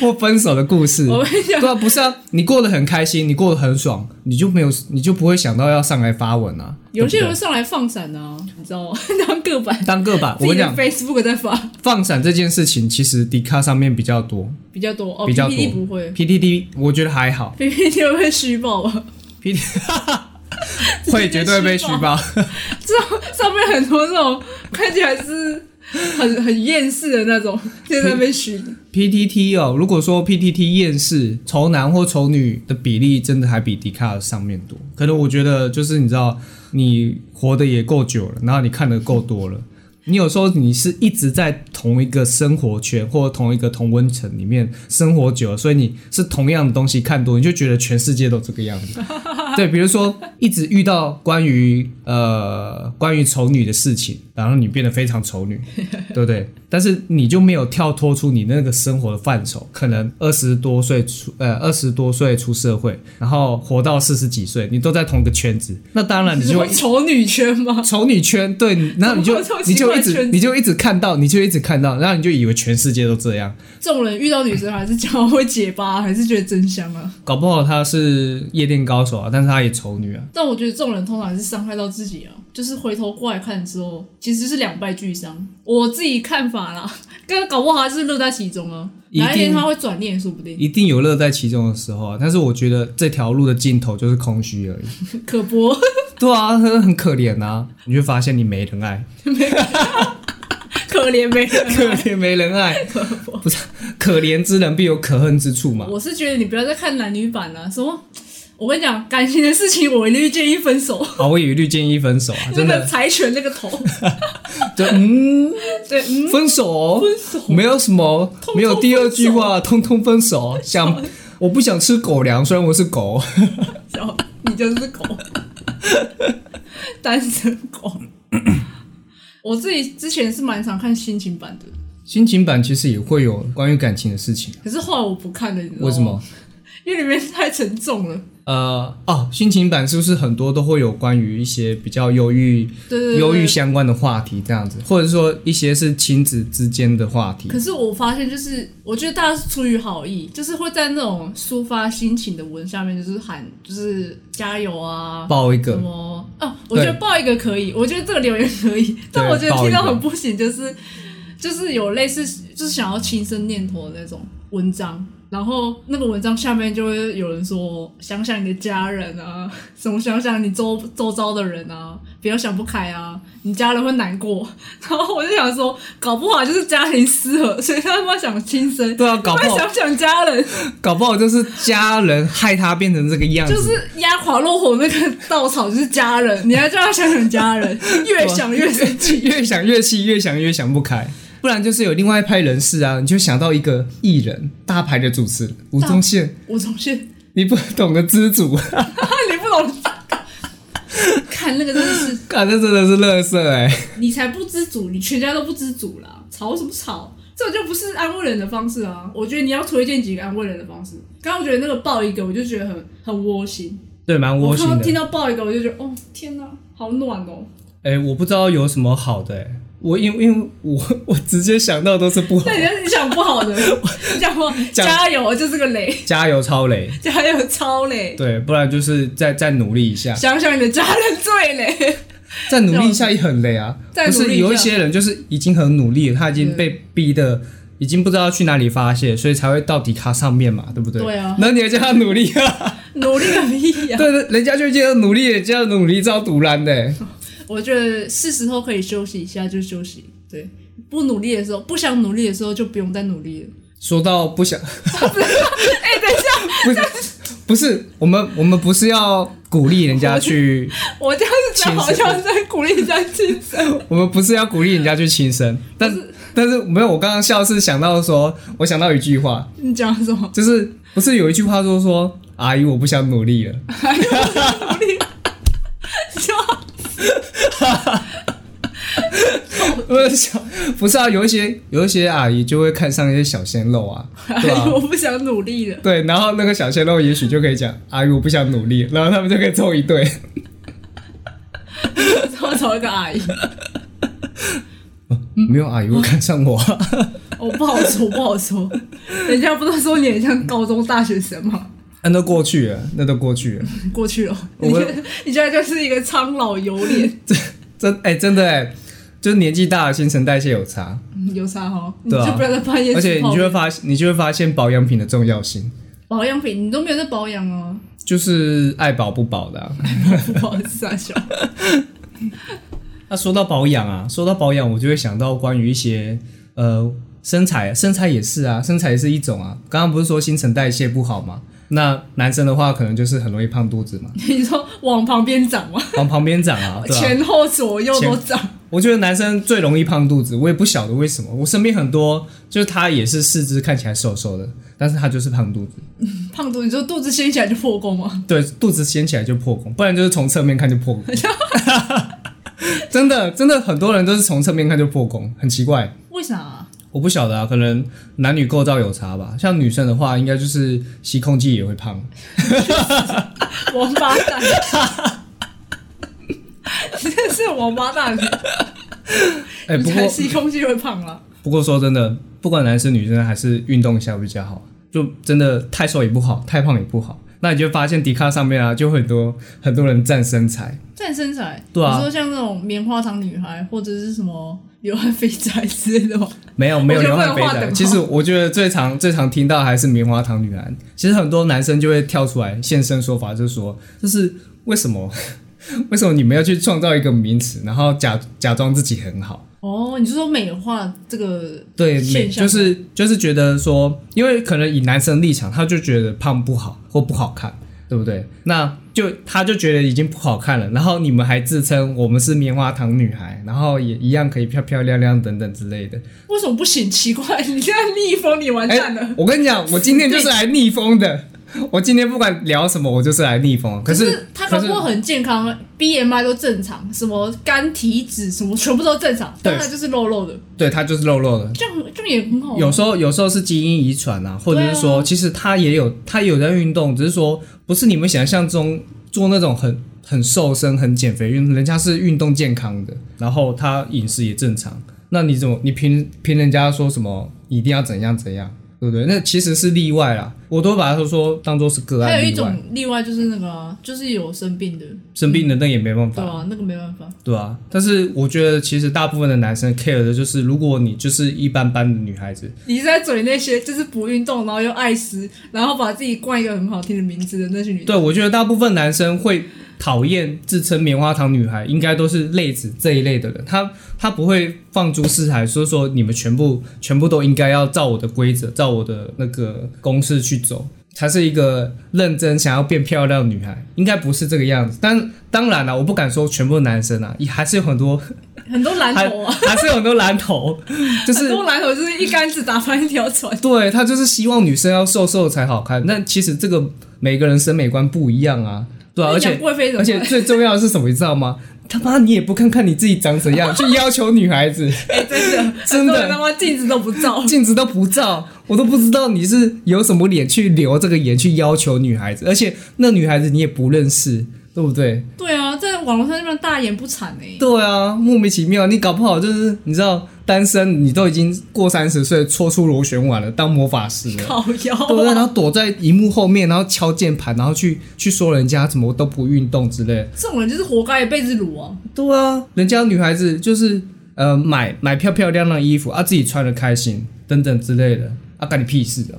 [SPEAKER 1] 或分手的故事。
[SPEAKER 2] 我跟你讲，
[SPEAKER 1] 对啊，不是啊，你过得很开心，你过得很爽，你就没有，你就不会想到要上来发文啊。
[SPEAKER 2] 有些
[SPEAKER 1] 对
[SPEAKER 2] 人
[SPEAKER 1] 不
[SPEAKER 2] 上来放闪啊，你知道吗？ 当个版
[SPEAKER 1] 对，当个版，
[SPEAKER 2] 自
[SPEAKER 1] 我
[SPEAKER 2] 己
[SPEAKER 1] 跟你讲，
[SPEAKER 2] 的 Facebook 在发
[SPEAKER 1] 放闪这件事情其实迪卡上面比较多
[SPEAKER 2] 比较多哦
[SPEAKER 1] 比较多
[SPEAKER 2] ，PPT 不会
[SPEAKER 1] ，PTT 我觉得还好
[SPEAKER 2] ，PPT 会被虚报啊吧？
[SPEAKER 1] ，PT 会绝对被虚报。
[SPEAKER 2] 上面很多那种 看起来是很很厌世的那种，就在那边虚。
[SPEAKER 1] PTT 哦，如果说 PTT 厌世丑男或丑女的比例，真的还比迪卡上面多。可能我觉得就是你知道，你活得也够久了，然后你看的够多了。你有时候你是一直在同一个生活圈或同一个同温层里面生活久了，所以你是同样的东西看多，你就觉得全世界都这个样子。对，比如说一直遇到关于呃关于丑女的事情，然后你变得非常丑女，对不对？但是你就没有跳脱出你那个生活的范畴，可能二十多岁出呃二十多岁出社会，然后活到四十几岁，你都在同一个圈子，那当 然你 就会
[SPEAKER 2] 你说丑女圈吗？
[SPEAKER 1] 丑女圈，对，你然后你就
[SPEAKER 2] 怎么会有这种
[SPEAKER 1] 你就一
[SPEAKER 2] 奇怪的圈
[SPEAKER 1] 直
[SPEAKER 2] 子
[SPEAKER 1] 你就一直看到，你就一直看到，然后你就以为全世界都这样，
[SPEAKER 2] 这种人遇到女生还是讲会结巴，还是觉得真香啊？
[SPEAKER 1] 搞不好她是夜店高手啊，但是她也丑女啊，
[SPEAKER 2] 但我觉得这种人通常是伤害到自己啊，就是回头过来看之后，其实是两败俱伤。我自己看法啦， 跟搞不好还是乐在其中啊。
[SPEAKER 1] 一定
[SPEAKER 2] 哪一天他会转念，说不定。
[SPEAKER 1] 一定有乐在其中的时候啊。但是我觉得这条路的尽头就是空虚而已。
[SPEAKER 2] 可播，
[SPEAKER 1] 对啊，很很可怜啊，你就发现你没人爱，
[SPEAKER 2] 可怜没人
[SPEAKER 1] 可怜没人爱，不是可怜之人必有可恨之处嘛。
[SPEAKER 2] 我是觉得你不要再看男女版了，什么？我跟你讲，感情的事情我一律建议分手。
[SPEAKER 1] 啊，我以为绿建议分手啊，
[SPEAKER 2] 那
[SPEAKER 1] 真
[SPEAKER 2] 个
[SPEAKER 1] 的，
[SPEAKER 2] 柴犬那个头，
[SPEAKER 1] 就嗯，
[SPEAKER 2] 对，嗯，
[SPEAKER 1] 分手哦、
[SPEAKER 2] 分手。
[SPEAKER 1] 没有什么，
[SPEAKER 2] 通通
[SPEAKER 1] 没有第二句话，通通分手。 想，我不想吃狗粮，虽然我是狗。
[SPEAKER 2] 然后你就是狗，单身 狗。我自己之前是蛮常看心情版的，
[SPEAKER 1] 心情版其实也会有关于感情的事情，
[SPEAKER 2] 可是后来我不看了，你知道吗
[SPEAKER 1] 为什？么？
[SPEAKER 2] 因为里面太沉重了。
[SPEAKER 1] 呃，哦，心情版是不是很多都会有关于一些比较忧郁、
[SPEAKER 2] 对对对。
[SPEAKER 1] 忧郁
[SPEAKER 2] 对
[SPEAKER 1] 相关的话题这样子，或者说一些是亲子之间的话题
[SPEAKER 2] 可。是我发现，就是我觉得大家是出于好意，就是会在那种抒发心情的文下面，就是喊，就是加油啊，
[SPEAKER 1] 报一
[SPEAKER 2] 什
[SPEAKER 1] 个，
[SPEAKER 2] 么哦，我觉得报一个可以，我觉得这个留言可以，但我觉得
[SPEAKER 1] 报一
[SPEAKER 2] 听
[SPEAKER 1] 个
[SPEAKER 2] 到很不行，就是就是有类似就是想要轻生念头的那种文章，然后那个文章下面就会有人说想想你的家人啊，什么想想你周周遭的人啊，不要想不开啊，你家人会难过。然后我就想说，搞不好就是家庭失和，所以他妈想轻生，
[SPEAKER 1] 对啊，搞不
[SPEAKER 2] 他妈
[SPEAKER 1] 好
[SPEAKER 2] 想想家人，
[SPEAKER 1] 搞不好就是家人害他变成这个样子，
[SPEAKER 2] 就是压垮骆驼那个稻草就是家人，你还叫他想想家 人，越想越生气。
[SPEAKER 1] 越想越气，越想越想不开。不然就是有另外一派人士啊，你就想到一个艺人，大牌的主持人吴宗宪，
[SPEAKER 2] 我重新，
[SPEAKER 1] 你不懂得知足， 啊
[SPEAKER 2] 你不懂，看那个真的是，
[SPEAKER 1] 看这真的是乐色哎。
[SPEAKER 2] 你才不知足，你全家都不知足啦，吵什么吵？这就不是安慰人的方式啊！我觉得你要推荐几个安慰人的方式。刚刚我觉得那个抱一个，我就觉得很很窝心。
[SPEAKER 1] 对，蛮窝
[SPEAKER 2] 我
[SPEAKER 1] 心
[SPEAKER 2] 刚刚听
[SPEAKER 1] 的。
[SPEAKER 2] 到抱一个，我就觉得哦天哪，好暖 哦！
[SPEAKER 1] 哎、我不知道有什么好的、哎，我因为因为我我直接想到都是不好
[SPEAKER 2] 那。你要是你想不好 的，你想不好，
[SPEAKER 1] 讲
[SPEAKER 2] 加油，就是个雷，
[SPEAKER 1] 加油，超雷。
[SPEAKER 2] 加油，超雷。
[SPEAKER 1] 对，不然就是再再努力一下，
[SPEAKER 2] 想想你的家人最累，
[SPEAKER 1] 再努力一下也很累啊。
[SPEAKER 2] 再
[SPEAKER 1] 不
[SPEAKER 2] 努力一下
[SPEAKER 1] 是有一些人就是已经很努力了，他已经被逼的。已经不知道去哪里发泄，所以才会到底卡上面嘛，对不对？
[SPEAKER 2] 对啊
[SPEAKER 1] 那你还叫他努力 啊？
[SPEAKER 2] 努力个屁呀、
[SPEAKER 1] 对，人家就觉得努力，人家努力遭毒烂的、
[SPEAKER 2] 我觉得是时候可以休息一下就休息，对，不努力的时候，不想努力的时候就不用再努力了。
[SPEAKER 1] 说到不想，
[SPEAKER 2] 哎、 等
[SPEAKER 1] 不
[SPEAKER 2] 一下，
[SPEAKER 1] 是不是，我们我们不是要鼓励人家去，
[SPEAKER 2] 我这样子讲好像在鼓励人家竞争，
[SPEAKER 1] 我们不是要鼓励人家去轻生，但
[SPEAKER 2] 不是
[SPEAKER 1] 但是没有，我刚刚笑是想到说，我想到一句话，
[SPEAKER 2] 你讲什 么？
[SPEAKER 1] 就是不是有一句话说说阿姨我不想努力了，
[SPEAKER 2] 努力，笑
[SPEAKER 1] 我想不是啊，有一些有一些阿姨就会看上一些小鲜肉啊，对
[SPEAKER 2] 哎
[SPEAKER 1] 吧、
[SPEAKER 2] 我不想努力了。
[SPEAKER 1] 对，然后那个小鲜肉也许就可以讲阿姨我不想努力，然后他们就可以凑一对。
[SPEAKER 2] 然后找一个阿姨，嗯
[SPEAKER 1] 没有阿姨会看上我，
[SPEAKER 2] 我、不好说，不好说。人家不都说你很像高中大学生吗？
[SPEAKER 1] 那都过去了，那都过去了。
[SPEAKER 2] 过去了，
[SPEAKER 1] 我
[SPEAKER 2] 你你现在就是一个苍老油脸，
[SPEAKER 1] 真哎、真的哎、就是年纪大了，新陈代谢有差，
[SPEAKER 2] 嗯有啥好？你
[SPEAKER 1] 对啊
[SPEAKER 2] 就不要在半夜
[SPEAKER 1] 而且
[SPEAKER 2] 吃
[SPEAKER 1] 你
[SPEAKER 2] 泡
[SPEAKER 1] 就
[SPEAKER 2] 面
[SPEAKER 1] 会发，你就会发现保养品的重要性，
[SPEAKER 2] 保养品，你都没有在保养啊，
[SPEAKER 1] 就是爱保不保的啊、
[SPEAKER 2] 不好意思啊，小
[SPEAKER 1] 那说到保养啊，说到保养，我就会想到关于一些呃身材，身材也是啊，身材也是一种啊。刚刚不是说新陈代谢不好吗？那男生的话，可能就是很容易胖肚 子嘛，
[SPEAKER 2] 你说往旁边长吗？
[SPEAKER 1] 往旁边长啊，对吧、
[SPEAKER 2] 前后左右都
[SPEAKER 1] 前
[SPEAKER 2] 长，
[SPEAKER 1] 我觉得男生最容易胖肚子，我也不晓得为什么。我身边很多就是他也是四肢看起来瘦瘦的，但是他就是胖肚子，
[SPEAKER 2] 胖肚，你说肚子掀起来就破功吗？
[SPEAKER 1] 对，肚子掀起来就破功，不然就是从侧面看就破功。 真的，真的很多人都是从侧面看就破功，很奇怪。
[SPEAKER 2] 为啥、啊？
[SPEAKER 1] 我不晓得啊，可能男女构造有差吧。像女生的话，应该就是吸空气也会胖。
[SPEAKER 2] 王八 蛋！你真是王八蛋！
[SPEAKER 1] 哎、
[SPEAKER 2] 你
[SPEAKER 1] 不
[SPEAKER 2] 才
[SPEAKER 1] 过
[SPEAKER 2] 吸空气会胖啊啦。
[SPEAKER 1] 不过说真的，不管男生女生还是运动一下比较好。就真的太瘦也不好，太胖也不好。那你就发现迪卡上面啊，就很多很多人占身材。
[SPEAKER 2] 占身材，
[SPEAKER 1] 对啊
[SPEAKER 2] 你说像那种棉花糖女孩或者是什么流汗肥宅之类的吗？
[SPEAKER 1] 没有没有
[SPEAKER 2] 我觉
[SPEAKER 1] 流
[SPEAKER 2] 得
[SPEAKER 1] 汗
[SPEAKER 2] 不
[SPEAKER 1] 肥
[SPEAKER 2] 能画等
[SPEAKER 1] 仔，
[SPEAKER 2] 号
[SPEAKER 1] 其实我觉得最常最常听到还是棉花糖女孩。其实很多男生就会跳出来现身说法，就是说，就是为什么 为什么你们要去创造一个名词，然后假假装自己很好？
[SPEAKER 2] 哦，你是说美化这个
[SPEAKER 1] 对，美
[SPEAKER 2] 现象
[SPEAKER 1] 就是就是觉得说，因为可能以男生立场，他就觉得胖不好或不好看，对不对？那就他就觉得已经不好看了，然后你们还自称我们是棉花糖女孩，然后也一样可以漂漂亮亮等等之类的。
[SPEAKER 2] 为什么不行？奇怪，你现在逆风，你完
[SPEAKER 1] 哎、
[SPEAKER 2] 蛋了。
[SPEAKER 1] 我跟你讲，我今天就是来逆风的。我今天不管聊什么，我就是来逆风。可是
[SPEAKER 2] 他
[SPEAKER 1] 可
[SPEAKER 2] 搞
[SPEAKER 1] 是
[SPEAKER 2] 不好很健康，BMI 都正常，什么肝体脂什么全部都正常，
[SPEAKER 1] 对
[SPEAKER 2] 当然就是肉肉的，
[SPEAKER 1] 对他就是肉肉的，
[SPEAKER 2] 这样这样也很好啊。
[SPEAKER 1] 有时候有时候是基因遗传啊，或者是说，
[SPEAKER 2] 对啊
[SPEAKER 1] 其实他也有他也有在运动，只是说不是你们想象中做那种很很瘦身、很减肥运动，人家是运动健康的，然后他饮食也正常。那你怎么你凭凭人家说什么一定要怎样怎样，对不对？那其实是例外啦，我都把它说当做是个
[SPEAKER 2] 还
[SPEAKER 1] 案
[SPEAKER 2] 有一
[SPEAKER 1] 例外
[SPEAKER 2] 种，例外就是那个啊、就是有生病的，
[SPEAKER 1] 生病的那也没办
[SPEAKER 2] 对
[SPEAKER 1] 法，
[SPEAKER 2] 啊，那个没办法。
[SPEAKER 1] 对啊，但是我觉得其实大部分的男生 care 的就是，如果你就是一般般的女孩子，
[SPEAKER 2] 你是在嘴那些就是不运动，然后又爱吃，然后把自己冠一个很好听的名字的那些女的，
[SPEAKER 1] 对，我觉得大部分男生会讨厌自称棉花糖女孩，应该都是类似这一类的人。他他不会放诸四海，说说你们全部全部都应该要照我的规则，照我的那个公式去走，才是一个认真想要变漂亮的女孩，应该不是这个样子。但当然了、我不敢说全部的男生啊，也还是有很多，
[SPEAKER 2] 很多蓝
[SPEAKER 1] 还
[SPEAKER 2] 头啊，
[SPEAKER 1] 还是有很多蓝头，就
[SPEAKER 2] 很
[SPEAKER 1] 是
[SPEAKER 2] 多蓝头就是一竿子打翻一 条船。
[SPEAKER 1] 对他就是希望女生要瘦瘦才好看。那其实这个每个人审美观不一样啊，对啊，
[SPEAKER 2] 那
[SPEAKER 1] 而且
[SPEAKER 2] 杨贵妃怎
[SPEAKER 1] 而
[SPEAKER 2] 么
[SPEAKER 1] 且
[SPEAKER 2] 办？
[SPEAKER 1] 最重要的是什么，你知道吗？他妈你也不看看你自己长怎 样，去要求女孩子，
[SPEAKER 2] 哎、真的，
[SPEAKER 1] 真
[SPEAKER 2] 很多人他
[SPEAKER 1] 的
[SPEAKER 2] 妈镜子都不照，
[SPEAKER 1] 镜子都不照，我都不知道你是有什么脸去留这个言去要求女孩子，而且那女孩子你也不认识，对不对？
[SPEAKER 2] 对啊，在网络上那边大言不惭哎、
[SPEAKER 1] 对啊，莫名其妙，你搞不好就是你知道单身，你都已经过三十岁，搓出螺旋丸了，当魔法师了。
[SPEAKER 2] 靠腰、
[SPEAKER 1] 对不对？
[SPEAKER 2] 啊，
[SPEAKER 1] 然后躲在荧幕后面，然后敲键盘，然后去去说人家怎么都不运动之类的。
[SPEAKER 2] 这种人就是活该一辈子辱啊！
[SPEAKER 1] 对啊，人家女孩子就是呃买买漂漂亮亮的衣服啊，自己穿的开心等等之类的啊，干你屁事啊！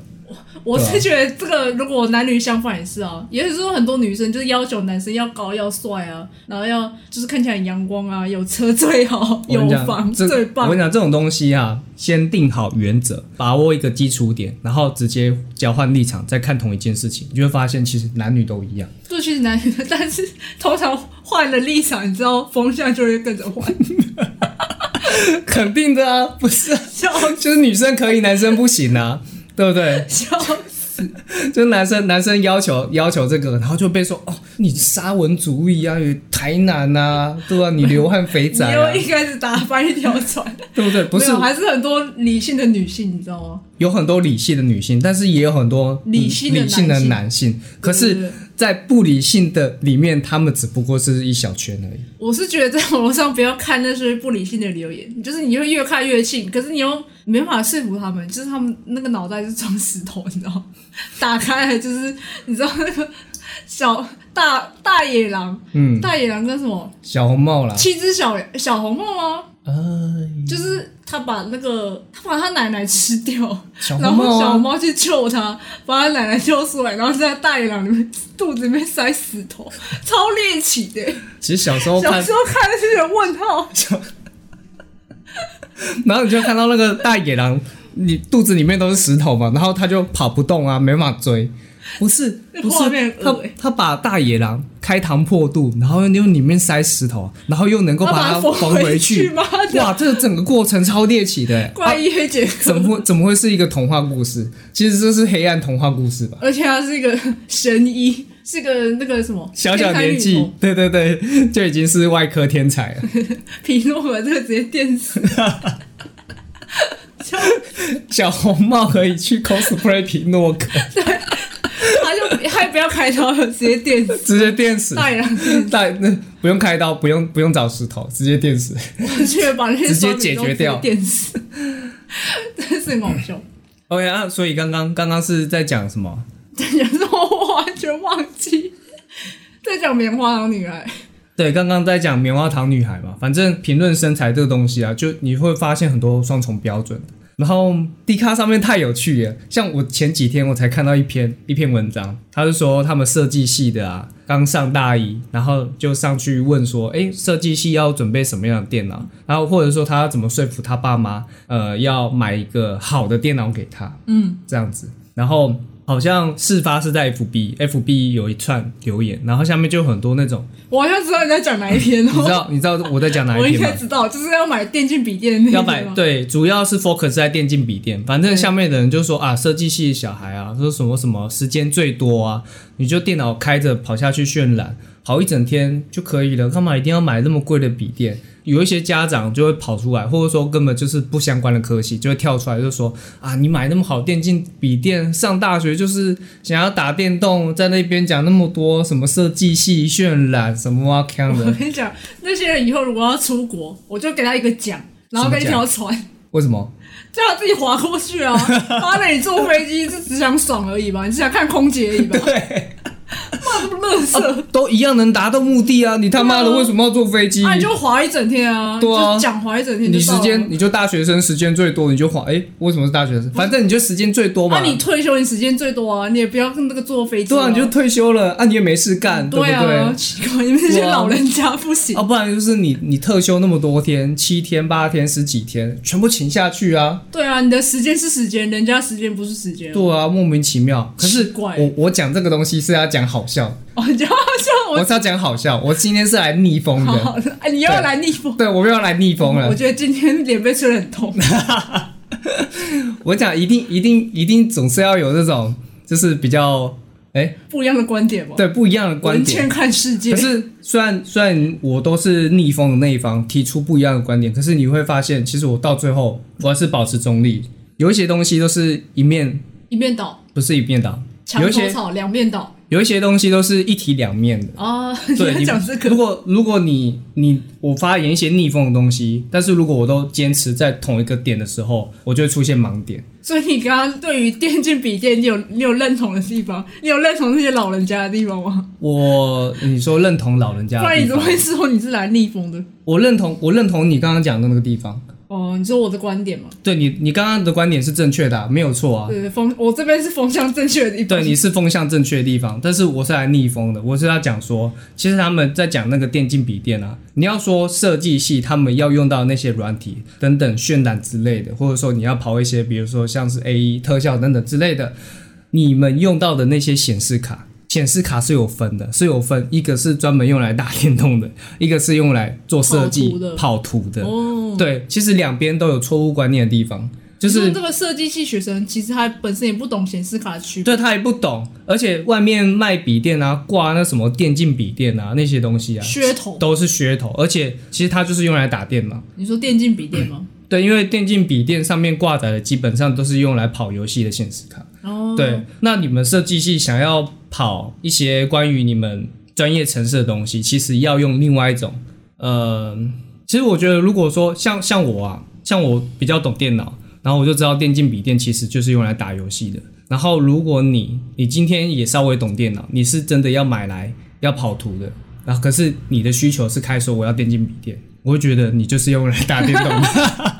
[SPEAKER 2] 我
[SPEAKER 1] 对啊
[SPEAKER 2] 是觉得这个如果男女相反也是啊，也许说很多女生就是要求男生要高要帅啊，然后要就是看起来很阳光啊，有车最好，
[SPEAKER 1] 我跟
[SPEAKER 2] 有
[SPEAKER 1] 你讲
[SPEAKER 2] 房
[SPEAKER 1] 这
[SPEAKER 2] 最
[SPEAKER 1] 我
[SPEAKER 2] 棒
[SPEAKER 1] 跟你。讲，这种东西啊，先定好原则，把握一个基础点，然后直接交换立场，再看同一件事情，你就会发现其实男女都一 样。
[SPEAKER 2] 就其实男女的，但是通常换了立场，你知道风向就会跟着换。
[SPEAKER 1] 肯定的啊，不是啊，
[SPEAKER 2] 笑
[SPEAKER 1] 就是女生可以，男生不行啊，对不对？
[SPEAKER 2] 笑
[SPEAKER 1] 啊
[SPEAKER 2] 死，
[SPEAKER 1] 就是男生男生要求要求这个，然后就被说哦，你沙文主义啊，你台南啊，对吧、你流汗肥
[SPEAKER 2] 你
[SPEAKER 1] 宅、啊
[SPEAKER 2] 又，一开始打翻一条船，
[SPEAKER 1] 对不对？不是
[SPEAKER 2] 没有还是很多理性的女性，你知道吗？
[SPEAKER 1] 有很多理性的女性，但是也有很多嗯
[SPEAKER 2] 理性的
[SPEAKER 1] 理性的
[SPEAKER 2] 男性
[SPEAKER 1] 男性，可
[SPEAKER 2] 对对
[SPEAKER 1] 是
[SPEAKER 2] 对，
[SPEAKER 1] 在不理性的里面，他们只不过是一小圈而已。
[SPEAKER 2] 我是觉得在网络上不要看那些不理性的留言， 就是你会越看越气，可是你又没办法说服他们，就是他们那个脑袋是装石头，你知道吗？ 打开来就是你知道那个小大大野狼，
[SPEAKER 1] 嗯，
[SPEAKER 2] 大野狼跟什么
[SPEAKER 1] 小红帽啦，
[SPEAKER 2] 七只小小红帽吗？
[SPEAKER 1] 哎，
[SPEAKER 2] 就是他把那个他把他奶奶吃掉，
[SPEAKER 1] 小
[SPEAKER 2] 然
[SPEAKER 1] 红
[SPEAKER 2] 后
[SPEAKER 1] 帽
[SPEAKER 2] 小
[SPEAKER 1] 啊，
[SPEAKER 2] 猫去救他，把他奶奶救出来，然后在大野狼里面肚子里面塞石头，超猎奇的。
[SPEAKER 1] 其实小时候
[SPEAKER 2] 小
[SPEAKER 1] 看
[SPEAKER 2] 时，候看的是有问号，
[SPEAKER 1] 然后你就看到那个大野狼，你肚子里面都是石头嘛，然后他就跑不动啊，没办法追。不是，
[SPEAKER 2] 那
[SPEAKER 1] 不
[SPEAKER 2] 画面
[SPEAKER 1] 是
[SPEAKER 2] 很
[SPEAKER 1] 他
[SPEAKER 2] 恶欸
[SPEAKER 1] 他把大野狼开膛破肚，然后用里面塞石头，啊然后又能够
[SPEAKER 2] 他把
[SPEAKER 1] 它
[SPEAKER 2] 缝
[SPEAKER 1] 缝
[SPEAKER 2] 回
[SPEAKER 1] 去
[SPEAKER 2] 去。妈的
[SPEAKER 1] 哇，这个整个过程超猎奇的欸、欸
[SPEAKER 2] 怪异黑杰克，
[SPEAKER 1] 怎么会怎么会是一个童话故事？其实这是黑暗童话故事吧？
[SPEAKER 2] 而且他是一个神医，是个那个什么
[SPEAKER 1] 小小年
[SPEAKER 2] 变态
[SPEAKER 1] 纪
[SPEAKER 2] 女，
[SPEAKER 1] 对对对，就已经是外科天才了。
[SPEAKER 2] 童皮诺把这个直接电死。 就
[SPEAKER 1] 小红帽可以去 cosplay 皮诺克，
[SPEAKER 2] 他就还不要开刀，直接电死
[SPEAKER 1] 直接电死。
[SPEAKER 2] 大野狼。
[SPEAKER 1] 但那不用开刀，不用不用找石头，直接电死。
[SPEAKER 2] 我觉得把那些
[SPEAKER 1] 直接
[SPEAKER 2] 酸民
[SPEAKER 1] 解
[SPEAKER 2] 都
[SPEAKER 1] 决掉
[SPEAKER 2] 电死， 真是很搞笑。
[SPEAKER 1] OK 啊，所以刚刚刚刚是在讲什么？
[SPEAKER 2] 讲什么我完全忘记，在讲棉花糖女孩。
[SPEAKER 1] 对，刚刚在讲棉花糖女孩嘛，反正评论身材这个东西啊，就你会发现很多双重标准。然后 D 咖上面太有趣了，像我前几天我才看到一篇一篇文章，他是说他们设计系的啊，刚上大一，然后就上去问说，诶，设计系要准备什么样的电脑？然后或者说他要怎么说服他爸妈，呃，要买一个好的电脑给他，
[SPEAKER 2] 嗯，
[SPEAKER 1] 这样子。然后好像事发是在 FB，FB 有一串留言，然后下面就有很多那种
[SPEAKER 2] 我好像知道你在讲哪一篇
[SPEAKER 1] 你知
[SPEAKER 2] 哦。
[SPEAKER 1] 道你知道我在讲哪
[SPEAKER 2] 我
[SPEAKER 1] 一
[SPEAKER 2] 应
[SPEAKER 1] 篇
[SPEAKER 2] 该
[SPEAKER 1] 吗？
[SPEAKER 2] 知道，就是要买电竞笔电的那
[SPEAKER 1] 要
[SPEAKER 2] 一
[SPEAKER 1] 买
[SPEAKER 2] 篇吗？
[SPEAKER 1] 对，主要是 focus 在电竞笔电。反正下面的人就说啊，设计系的小孩啊，说什么什么时间最多啊，你就电脑开着跑下去渲染，跑一整天就可以了，干嘛一定要买那么贵的笔电？有一些家长就会跑出来，或者说根本就是不相关的科系，就会跳出来就说啊，你买那么好电竞笔电，上大学就是想要打电动，在那边讲那么多什么设计系渲染什么啊，这样
[SPEAKER 2] 我
[SPEAKER 1] 的，
[SPEAKER 2] 跟你讲，嗯那些人以后如果要出国，我就给他一个奖，然后跟 一 条船，
[SPEAKER 1] 为什么？
[SPEAKER 2] 叫他自己划过去啊！妈的，你坐飞机是只想爽而已吧？你只想看空姐而已吧？
[SPEAKER 1] 对。
[SPEAKER 2] 妈的，乐色！
[SPEAKER 1] 都一样能达到目的啊！你他妈的
[SPEAKER 2] 对啊
[SPEAKER 1] 为什么要坐飞机？
[SPEAKER 2] 啊，你就划一整天啊，
[SPEAKER 1] 对啊
[SPEAKER 2] 就讲划一整天
[SPEAKER 1] 你
[SPEAKER 2] 就
[SPEAKER 1] 时
[SPEAKER 2] 到了。啊
[SPEAKER 1] 间你就大学生时间最多，你就花哎、为什么是大学生？反正你就时间最多
[SPEAKER 2] 那、
[SPEAKER 1] 嘛。
[SPEAKER 2] 啊你退休你时间最多啊，你也不要跟那个坐飞机、
[SPEAKER 1] 对啊，你就退休了啊，你也没事干，
[SPEAKER 2] 对
[SPEAKER 1] 不
[SPEAKER 2] 啊，
[SPEAKER 1] 对？
[SPEAKER 2] 奇怪，你们这些老人家不行。
[SPEAKER 1] 啊，不然就是你你特休那么多天，七天、八天、十几天，全部请下去啊！
[SPEAKER 2] 对啊，你的时间是时间，人家时间不是时间。
[SPEAKER 1] 对啊，莫名其妙。可
[SPEAKER 2] 奇
[SPEAKER 1] 是
[SPEAKER 2] 怪
[SPEAKER 1] 我我讲这个东西是要讲好笑，
[SPEAKER 2] 哦，你就好像
[SPEAKER 1] 我
[SPEAKER 2] 我
[SPEAKER 1] 是要讲好笑，我今天是来逆风
[SPEAKER 2] 好
[SPEAKER 1] 的，
[SPEAKER 2] 好的，哎，你又要来逆 风。
[SPEAKER 1] 对我又要来逆风了
[SPEAKER 2] 我。觉得今天脸被吹得很痛。
[SPEAKER 1] 我讲一定一定一定总是要有这种就是比较哎、
[SPEAKER 2] 不一样的观点吧。
[SPEAKER 1] 对不一样的观
[SPEAKER 2] 文
[SPEAKER 1] 点
[SPEAKER 2] 倩。看世界
[SPEAKER 1] 可。是虽然虽然我都是逆风的那一方，提出不一样的观点，可是你会发现，其实我到最后我还是保持中立。有一些东西都是一面
[SPEAKER 2] 一面倒，
[SPEAKER 1] 不是一面倒，
[SPEAKER 2] 墙
[SPEAKER 1] 有一
[SPEAKER 2] 头
[SPEAKER 1] 些
[SPEAKER 2] 草两面倒。
[SPEAKER 1] 有一些东西都是一体两面的。
[SPEAKER 2] 哦，你
[SPEAKER 1] 对，
[SPEAKER 2] 要
[SPEAKER 1] 你
[SPEAKER 2] 讲这
[SPEAKER 1] 如
[SPEAKER 2] 个，
[SPEAKER 1] 果如果你你我发言一些逆风的东西，但是如果我都坚持在同一个点的时候，我就会出现盲点。
[SPEAKER 2] 所以你刚刚对于电竞笔电，你有你有认同的地方，你有认同那些老人家的地方吗？
[SPEAKER 1] 我你说认同老人
[SPEAKER 2] 不
[SPEAKER 1] 家的
[SPEAKER 2] 然
[SPEAKER 1] 地
[SPEAKER 2] 你怎么
[SPEAKER 1] 方，
[SPEAKER 2] 会说你是来逆风的？
[SPEAKER 1] 我认同我认同你刚刚讲的那个地方。
[SPEAKER 2] 哦，你说我的观点嘛？
[SPEAKER 1] 对你，你刚刚的观点是正确的、啊，没有错啊。
[SPEAKER 2] 对对，风，我这边是风向正确的一
[SPEAKER 1] 对，
[SPEAKER 2] 方。
[SPEAKER 1] 你是风向正确的地方，但是我是来逆风的。我是要讲说，其实他们在讲那个电竞笔电啊，你要说设计系他们要用到那些软体等等渲染之类的，或者说你要跑一些，比如说像是 A E 特效等等之类的，你们用到的那些显示卡，显示卡是有分的，是有分，一个是专门用来打电动的，一个是用来做设计
[SPEAKER 2] 跑图的
[SPEAKER 1] 跑图的。
[SPEAKER 2] 哦，
[SPEAKER 1] 对，其实两边都有错误观念的地方，就
[SPEAKER 2] 你
[SPEAKER 1] 是
[SPEAKER 2] 说这个设计系学生，其实他本身也不懂显示卡的区别。
[SPEAKER 1] 对他也不懂，而且外面卖笔电啊，挂那什么电竞笔电啊那些东西啊，
[SPEAKER 2] 噱头，
[SPEAKER 1] 都是噱头，而且其实它就是用来打电脑。
[SPEAKER 2] 你说电竞笔电吗？
[SPEAKER 1] 对，因为电竞笔电上面挂载的基本上都是用来跑游戏的显示卡。
[SPEAKER 2] 哦，
[SPEAKER 1] 对，那你们设计系想要跑一些关于你们专业城市的东西，其实要用另外一种，呃，其实我觉得如果说像像我啊，像我比较懂电脑，然后我就知道电竞笔电其实就是用来打游戏的。然后如果你你今天也稍微懂电脑，你是真的要买来要跑图的，然后可是你的需求是开说我要电竞笔电，我会觉得你就是用来打电动的。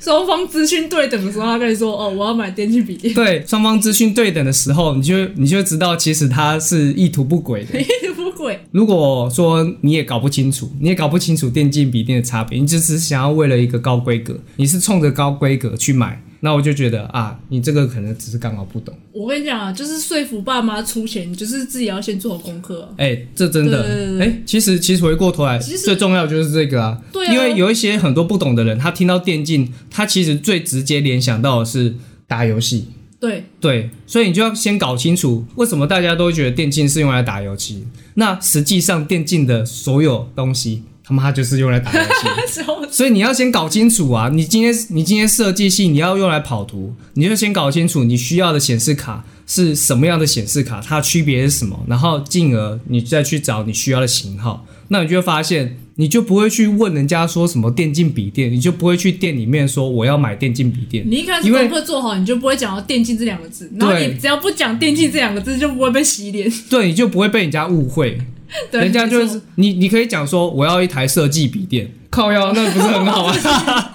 [SPEAKER 2] 双方资讯对等的时候，他跟你说：“哦，我要买电竞笔电。
[SPEAKER 1] 对，双方资讯对等的时候，你就你就会知道其实他是意图不轨的。”
[SPEAKER 2] 不鬼，
[SPEAKER 1] 如果说你也搞不清楚，你也搞不清楚电竞笔电的差别，你就只是想要为了一个高规格，你是冲着高规格去买，那我就觉得啊，你这个可能只是刚好不懂。
[SPEAKER 2] 我跟你讲啊，就是说服爸妈出钱，你就是自己要先做好功课啊、
[SPEAKER 1] 哎、这真的
[SPEAKER 2] 对对，对
[SPEAKER 1] 哎、
[SPEAKER 2] 对
[SPEAKER 1] 其实其实回过头来，
[SPEAKER 2] 其实
[SPEAKER 1] 最重要的就是这个啊，
[SPEAKER 2] 对啊
[SPEAKER 1] 因为有一些很多不懂的人，他听到电竞，他其实最直接联想到的是打游戏。
[SPEAKER 2] 对，
[SPEAKER 1] 对，所以你就要先搞清楚为什么大家都觉得电竞是用来打游戏。那实际上，电竞的所有东西，他妈就是用来打游戏的。
[SPEAKER 2] 那时候
[SPEAKER 1] 所以你要先搞清楚啊！你今天你今天设计系你要用来跑图，你就先搞清楚你需要的显示卡是什么样的显示卡，它的区别是什么，然后进而你再去找你需要的型号。那你就会发现，你就不会去问人家说什么电竞笔电，你就不会去店里面说我要买电竞笔电。
[SPEAKER 2] 你一开始
[SPEAKER 1] 因为
[SPEAKER 2] 功课做好，你就不会讲到电竞这两个字，然后
[SPEAKER 1] 对
[SPEAKER 2] 你只要不讲电竞这两个字，就不会被洗 脸。
[SPEAKER 1] 对，你就不会被人家误会，
[SPEAKER 2] 对，
[SPEAKER 1] 人家就
[SPEAKER 2] 没
[SPEAKER 1] 是
[SPEAKER 2] 错
[SPEAKER 1] 你，你可以讲说我要一台设计笔电，靠腰，那不是很好啊吗？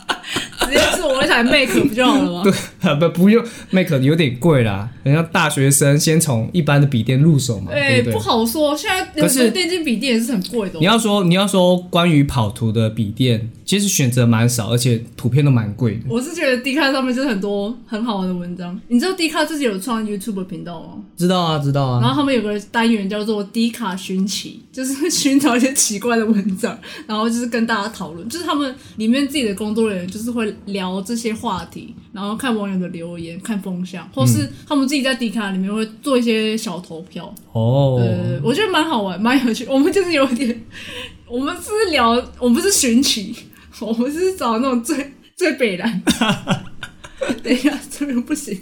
[SPEAKER 2] 直接是我一台 make 不就好了 吗？
[SPEAKER 1] 不不用，Mac 有点贵啦，人家大学生先从一般的笔电入手嘛，对
[SPEAKER 2] 哎、不
[SPEAKER 1] 不对？
[SPEAKER 2] 好说，现在
[SPEAKER 1] 可
[SPEAKER 2] 很
[SPEAKER 1] 是
[SPEAKER 2] 多电竞笔电也是很贵的、
[SPEAKER 1] 你
[SPEAKER 2] 哦。
[SPEAKER 1] 要说你要说关于跑图的笔电，其实选择蛮少，而且图片都蛮贵的。
[SPEAKER 2] 我是觉得 D 卡上面就是很多很好玩的文章。你知道 D 卡自己有创 YouTube 频道吗？
[SPEAKER 1] 知道啊，知道啊，
[SPEAKER 2] 然后他们有个单元叫做“低卡寻奇”，就是寻找一些奇怪的文章， 然后就是跟大家讨论，就是他们里面自己的工作人员就是会聊这些话题，然后看网友的留言、看风向，或是他们自己在低卡里面会做一些小投票。
[SPEAKER 1] 嗯哦，
[SPEAKER 2] 呃，我觉得蛮好玩，蛮有趣。我们就是有点， 我们是聊，我们不是寻奇， 我们是找那种最最 北蓝。等一下，这边不行，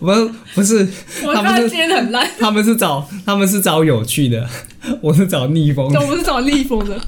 [SPEAKER 1] 我们不是，
[SPEAKER 2] 我
[SPEAKER 1] 他
[SPEAKER 2] 刚才
[SPEAKER 1] 们是
[SPEAKER 2] 接的 很烂。
[SPEAKER 1] 他们是找他们是找有趣的，我是找逆风的，
[SPEAKER 2] 我们是找逆风的，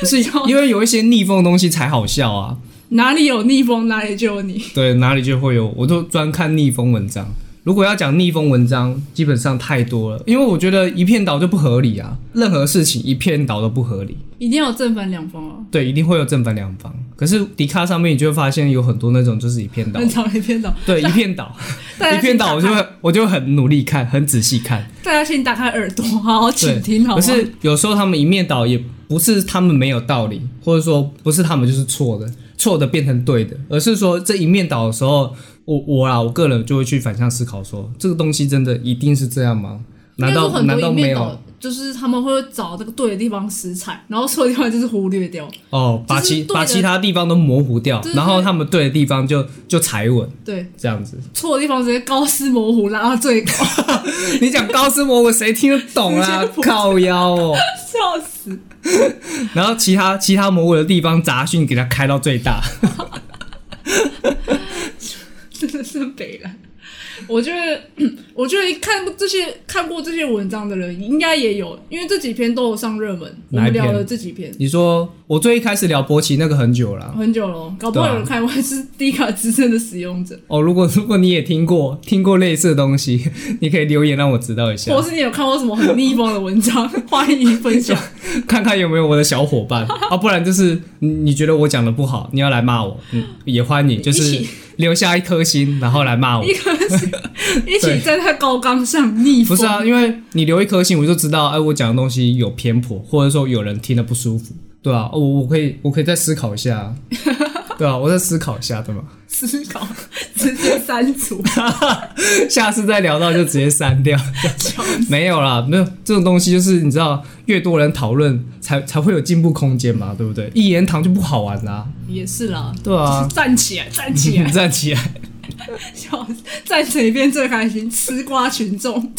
[SPEAKER 1] 不是因为有一些逆风的东西才好笑啊。
[SPEAKER 2] 哪里有逆风，哪里就有你。
[SPEAKER 1] 对，哪里就会有，我都专看逆风文章。如果要讲逆风文章，基本上太多了，因为我觉得一片倒就不合理啊，任何事情一片倒都不合理。
[SPEAKER 2] 一定要有正反两方啊，
[SPEAKER 1] 对，一定会有正反两方。可是迪卡上面你就会发现有很多那种就是一片 倒
[SPEAKER 2] 很，长一篇倒，
[SPEAKER 1] 对，一片倒，
[SPEAKER 2] 大家
[SPEAKER 1] 一片倒，我
[SPEAKER 2] 请
[SPEAKER 1] 就
[SPEAKER 2] 打开
[SPEAKER 1] 会我就会很努力看，很仔细看。
[SPEAKER 2] 大家请打开耳朵，好好
[SPEAKER 1] 对，
[SPEAKER 2] 倾听，哦好
[SPEAKER 1] 可
[SPEAKER 2] 吗？
[SPEAKER 1] 是有时候他们一面倒，也不是他们没有道理，或者说不是他们就是错的，错的变成对的，而是说这一面倒的时候，我我啊，我个人就会去反向思考说，这个东西真的一定是这样吗？难
[SPEAKER 2] 应该说
[SPEAKER 1] 道
[SPEAKER 2] 很多
[SPEAKER 1] 难
[SPEAKER 2] 一
[SPEAKER 1] 道没
[SPEAKER 2] 面
[SPEAKER 1] 有？
[SPEAKER 2] 倒，就是他们会找这个对的地方食材，然后错的地方就是忽略掉。
[SPEAKER 1] 哦，把
[SPEAKER 2] 就是
[SPEAKER 1] 其
[SPEAKER 2] 对的
[SPEAKER 1] 把其他地方都模糊掉
[SPEAKER 2] 对，对
[SPEAKER 1] 然后他们对的地方就就踩稳
[SPEAKER 2] 对，
[SPEAKER 1] 这样子。
[SPEAKER 2] 错的地方直接高斯模糊拉到最高，
[SPEAKER 1] 你讲高斯模糊，谁听得 懂啊
[SPEAKER 2] 直接？不
[SPEAKER 1] 靠腰哦。
[SPEAKER 2] 笑死！
[SPEAKER 1] 然后其他其他模糊的地方杂讯给它开到最大。
[SPEAKER 2] 真的是北蓝。 我觉得， 我觉得看这些看过这些文章的人，应该也有，因为这几篇都有上热门。我
[SPEAKER 1] 哪一
[SPEAKER 2] 们
[SPEAKER 1] 篇
[SPEAKER 2] 聊了这几篇
[SPEAKER 1] 你说我最一开始聊博奇那个很久了啊、
[SPEAKER 2] 很久了哦，搞不好有人看，我还是低卡资深的使用者。
[SPEAKER 1] 哦，如果如果你也听过听过类似的东西， 你可以留言让我知道一下
[SPEAKER 2] 或，是你有看过什么很逆风的 文章，欢迎分享。
[SPEAKER 1] 看看有没有我的小伙伴啊，不然就是你你觉得我讲的不好，你要来骂我，嗯，也欢迎，就
[SPEAKER 2] 一
[SPEAKER 1] 是
[SPEAKER 2] 起
[SPEAKER 1] 留下一颗心，然后来骂我
[SPEAKER 2] 一。个是一起站在高岗上逆
[SPEAKER 1] 不
[SPEAKER 2] 风，
[SPEAKER 1] 是啊，因为你留一颗心，我就知道，哎，我讲的东西有偏颇，或者说有人听得不舒服，对啊，我我可以我可以再思考一下啊，对啊，我再思考一下，对吗？
[SPEAKER 2] 思考直接删除。
[SPEAKER 1] 下次再聊到就直接删掉。 没有啦，没有这种东西，就是你知道，越多人讨论才才会有进步空间嘛，对不对？一言堂就不好玩啦、
[SPEAKER 2] 也是啦，
[SPEAKER 1] 对啊嗯
[SPEAKER 2] 就是站起来，站起
[SPEAKER 1] 你
[SPEAKER 2] 来，
[SPEAKER 1] 站起来，
[SPEAKER 2] 笑死，站谁边最开心？吃瓜群众，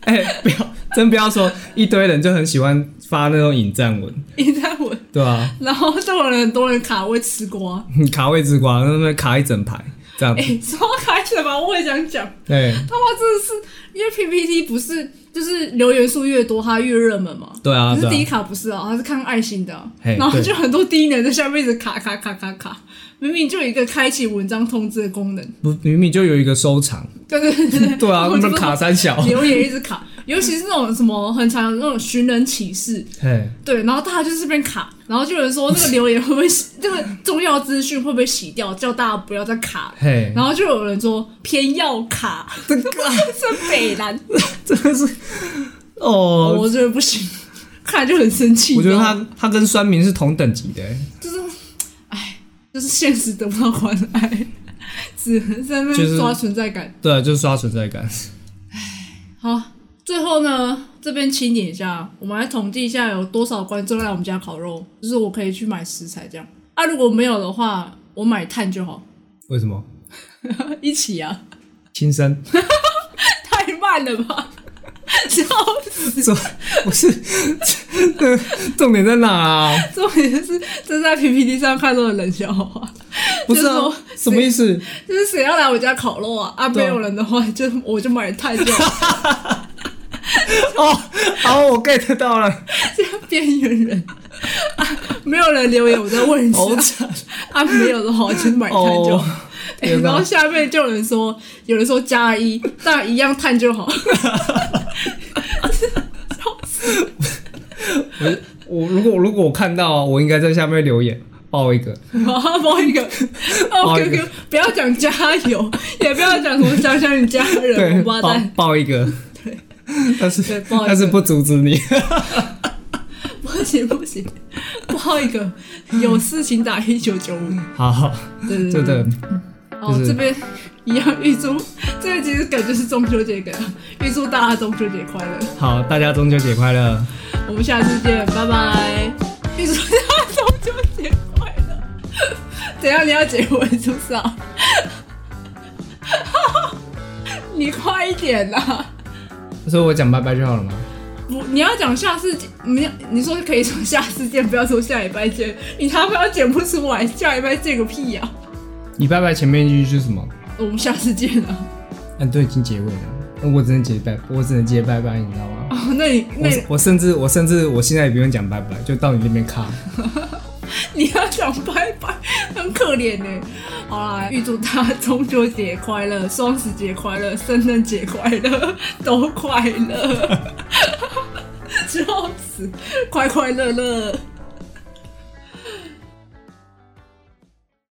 [SPEAKER 1] 哎、不要，真不要说，一堆人就很喜欢发那种引战文，
[SPEAKER 2] 一在我，
[SPEAKER 1] 对吧、
[SPEAKER 2] 然后就有人很多人卡位吃瓜。
[SPEAKER 1] 你 卡位之光，那边卡一整排这样哎
[SPEAKER 2] 哎、
[SPEAKER 1] 子，
[SPEAKER 2] 说到开什么，我也想讲，
[SPEAKER 1] 对
[SPEAKER 2] 他妈真的是，因为 PPT 不是就是留言数越多，它越热门嘛。
[SPEAKER 1] 对啊，
[SPEAKER 2] 可是
[SPEAKER 1] 对
[SPEAKER 2] 迪
[SPEAKER 1] 啊，
[SPEAKER 2] 卡不是啊，他是看爱心的啊、
[SPEAKER 1] 嘿
[SPEAKER 2] 然后
[SPEAKER 1] 对
[SPEAKER 2] 就很多低能在下面一直卡卡卡卡卡，明明就有一个开启文章通知的功能，
[SPEAKER 1] 不明明就有一个收藏，
[SPEAKER 2] 对对对 对，
[SPEAKER 1] 对啊，
[SPEAKER 2] 我
[SPEAKER 1] 那
[SPEAKER 2] 就
[SPEAKER 1] 边卡三小，
[SPEAKER 2] 留言一直卡，尤其是那种什么很常有那种寻人启事，
[SPEAKER 1] 嘿，
[SPEAKER 2] 对，然后大家就是被卡，然后就有人说那个留言会不会洗这个重要资讯会不会洗掉，叫大家不要再卡，
[SPEAKER 1] 嘿，
[SPEAKER 2] 然后就有人说偏要卡，
[SPEAKER 1] 这个
[SPEAKER 2] 是北蓝，
[SPEAKER 1] 真的是，哦，
[SPEAKER 2] 我觉得不行，看就很生气。
[SPEAKER 1] 我觉得
[SPEAKER 2] 你知道吗
[SPEAKER 1] 他他跟酸民是同等级的、
[SPEAKER 2] 就是，哎，就是现实得不到关爱，只能在那
[SPEAKER 1] 就是
[SPEAKER 2] 边抓存在感。
[SPEAKER 1] 对，啊就是刷存在感。
[SPEAKER 2] 好，最后呢，这边清点一下，我们来统计一下有多少观众来我们家烤肉，就是我可以去买食材这样。啊，如果没有的话，我买炭就好，
[SPEAKER 1] 为什么？
[SPEAKER 2] 一起啊，
[SPEAKER 1] 亲生？
[SPEAKER 2] 太慢了吧。然后
[SPEAKER 1] 这不是？这重点在哪啊？
[SPEAKER 2] 重点是，这是在 PPT 上看到的冷笑话，
[SPEAKER 1] 不是啊
[SPEAKER 2] 就是说？
[SPEAKER 1] 什么意思？
[SPEAKER 2] 就是谁要来我家烤肉啊？啊，没
[SPEAKER 1] 对啊
[SPEAKER 2] 有人的话，就我就买炭就好，
[SPEAKER 1] 哦，好，我 get 到 了。
[SPEAKER 2] 这样边缘人。啊，没有人留言，我再问一
[SPEAKER 1] 好
[SPEAKER 2] 次
[SPEAKER 1] 惨
[SPEAKER 2] 啊。啊，没有的话，我就买炭就好。
[SPEAKER 1] 哦！
[SPEAKER 2] 哎、
[SPEAKER 1] 天哪
[SPEAKER 2] 然后下面就有人说，有人说加一，但一样碳就好。
[SPEAKER 1] 我我如果如果我看到，啊我应该在下面留言爆一个。
[SPEAKER 2] 然后包 一个
[SPEAKER 1] 包
[SPEAKER 2] ，OK
[SPEAKER 1] 一个
[SPEAKER 2] OK，不要讲加油，也不要讲什么想想你家人，
[SPEAKER 1] 对，
[SPEAKER 2] 王八
[SPEAKER 1] 爆
[SPEAKER 2] 蛋，
[SPEAKER 1] 爆一个。但是
[SPEAKER 2] 对爆一个
[SPEAKER 1] 但是不阻止你。
[SPEAKER 2] 不行不行，包一个，有事情打一九九五，
[SPEAKER 1] 好好，
[SPEAKER 2] 对
[SPEAKER 1] 对
[SPEAKER 2] 对
[SPEAKER 1] 对，
[SPEAKER 2] 哦
[SPEAKER 1] 就是
[SPEAKER 2] 这边一样预祝，这个其实梗就是中秋节梗，预祝大家中秋节快乐，
[SPEAKER 1] 好，大家中秋节快乐。
[SPEAKER 2] 我们下次见，拜拜，预祝大家中秋节快乐。等一下你要结尾是不是啊？ 你快一点啦、
[SPEAKER 1] 所以我讲拜拜就好了吗？
[SPEAKER 2] 不，你要讲下次，你你说可以说下次见，不要说下礼拜见。你他妈剪不出来，下礼拜见个屁呀、
[SPEAKER 1] 你拜拜前面一句是什么？
[SPEAKER 2] 我们下次见啊！
[SPEAKER 1] 嗯，都已经结尾了，我只能结拜，我只能结拜拜，你知道吗？
[SPEAKER 2] 哦，那你那
[SPEAKER 1] 我我甚至我甚至我现在也不用讲拜拜，就到你那边卡。
[SPEAKER 2] 你要讲拜拜，很可怜呢、好啦，预祝大家中秋节快乐，双十节快乐，圣诞节快乐， 都快乐，笑死，快快乐乐。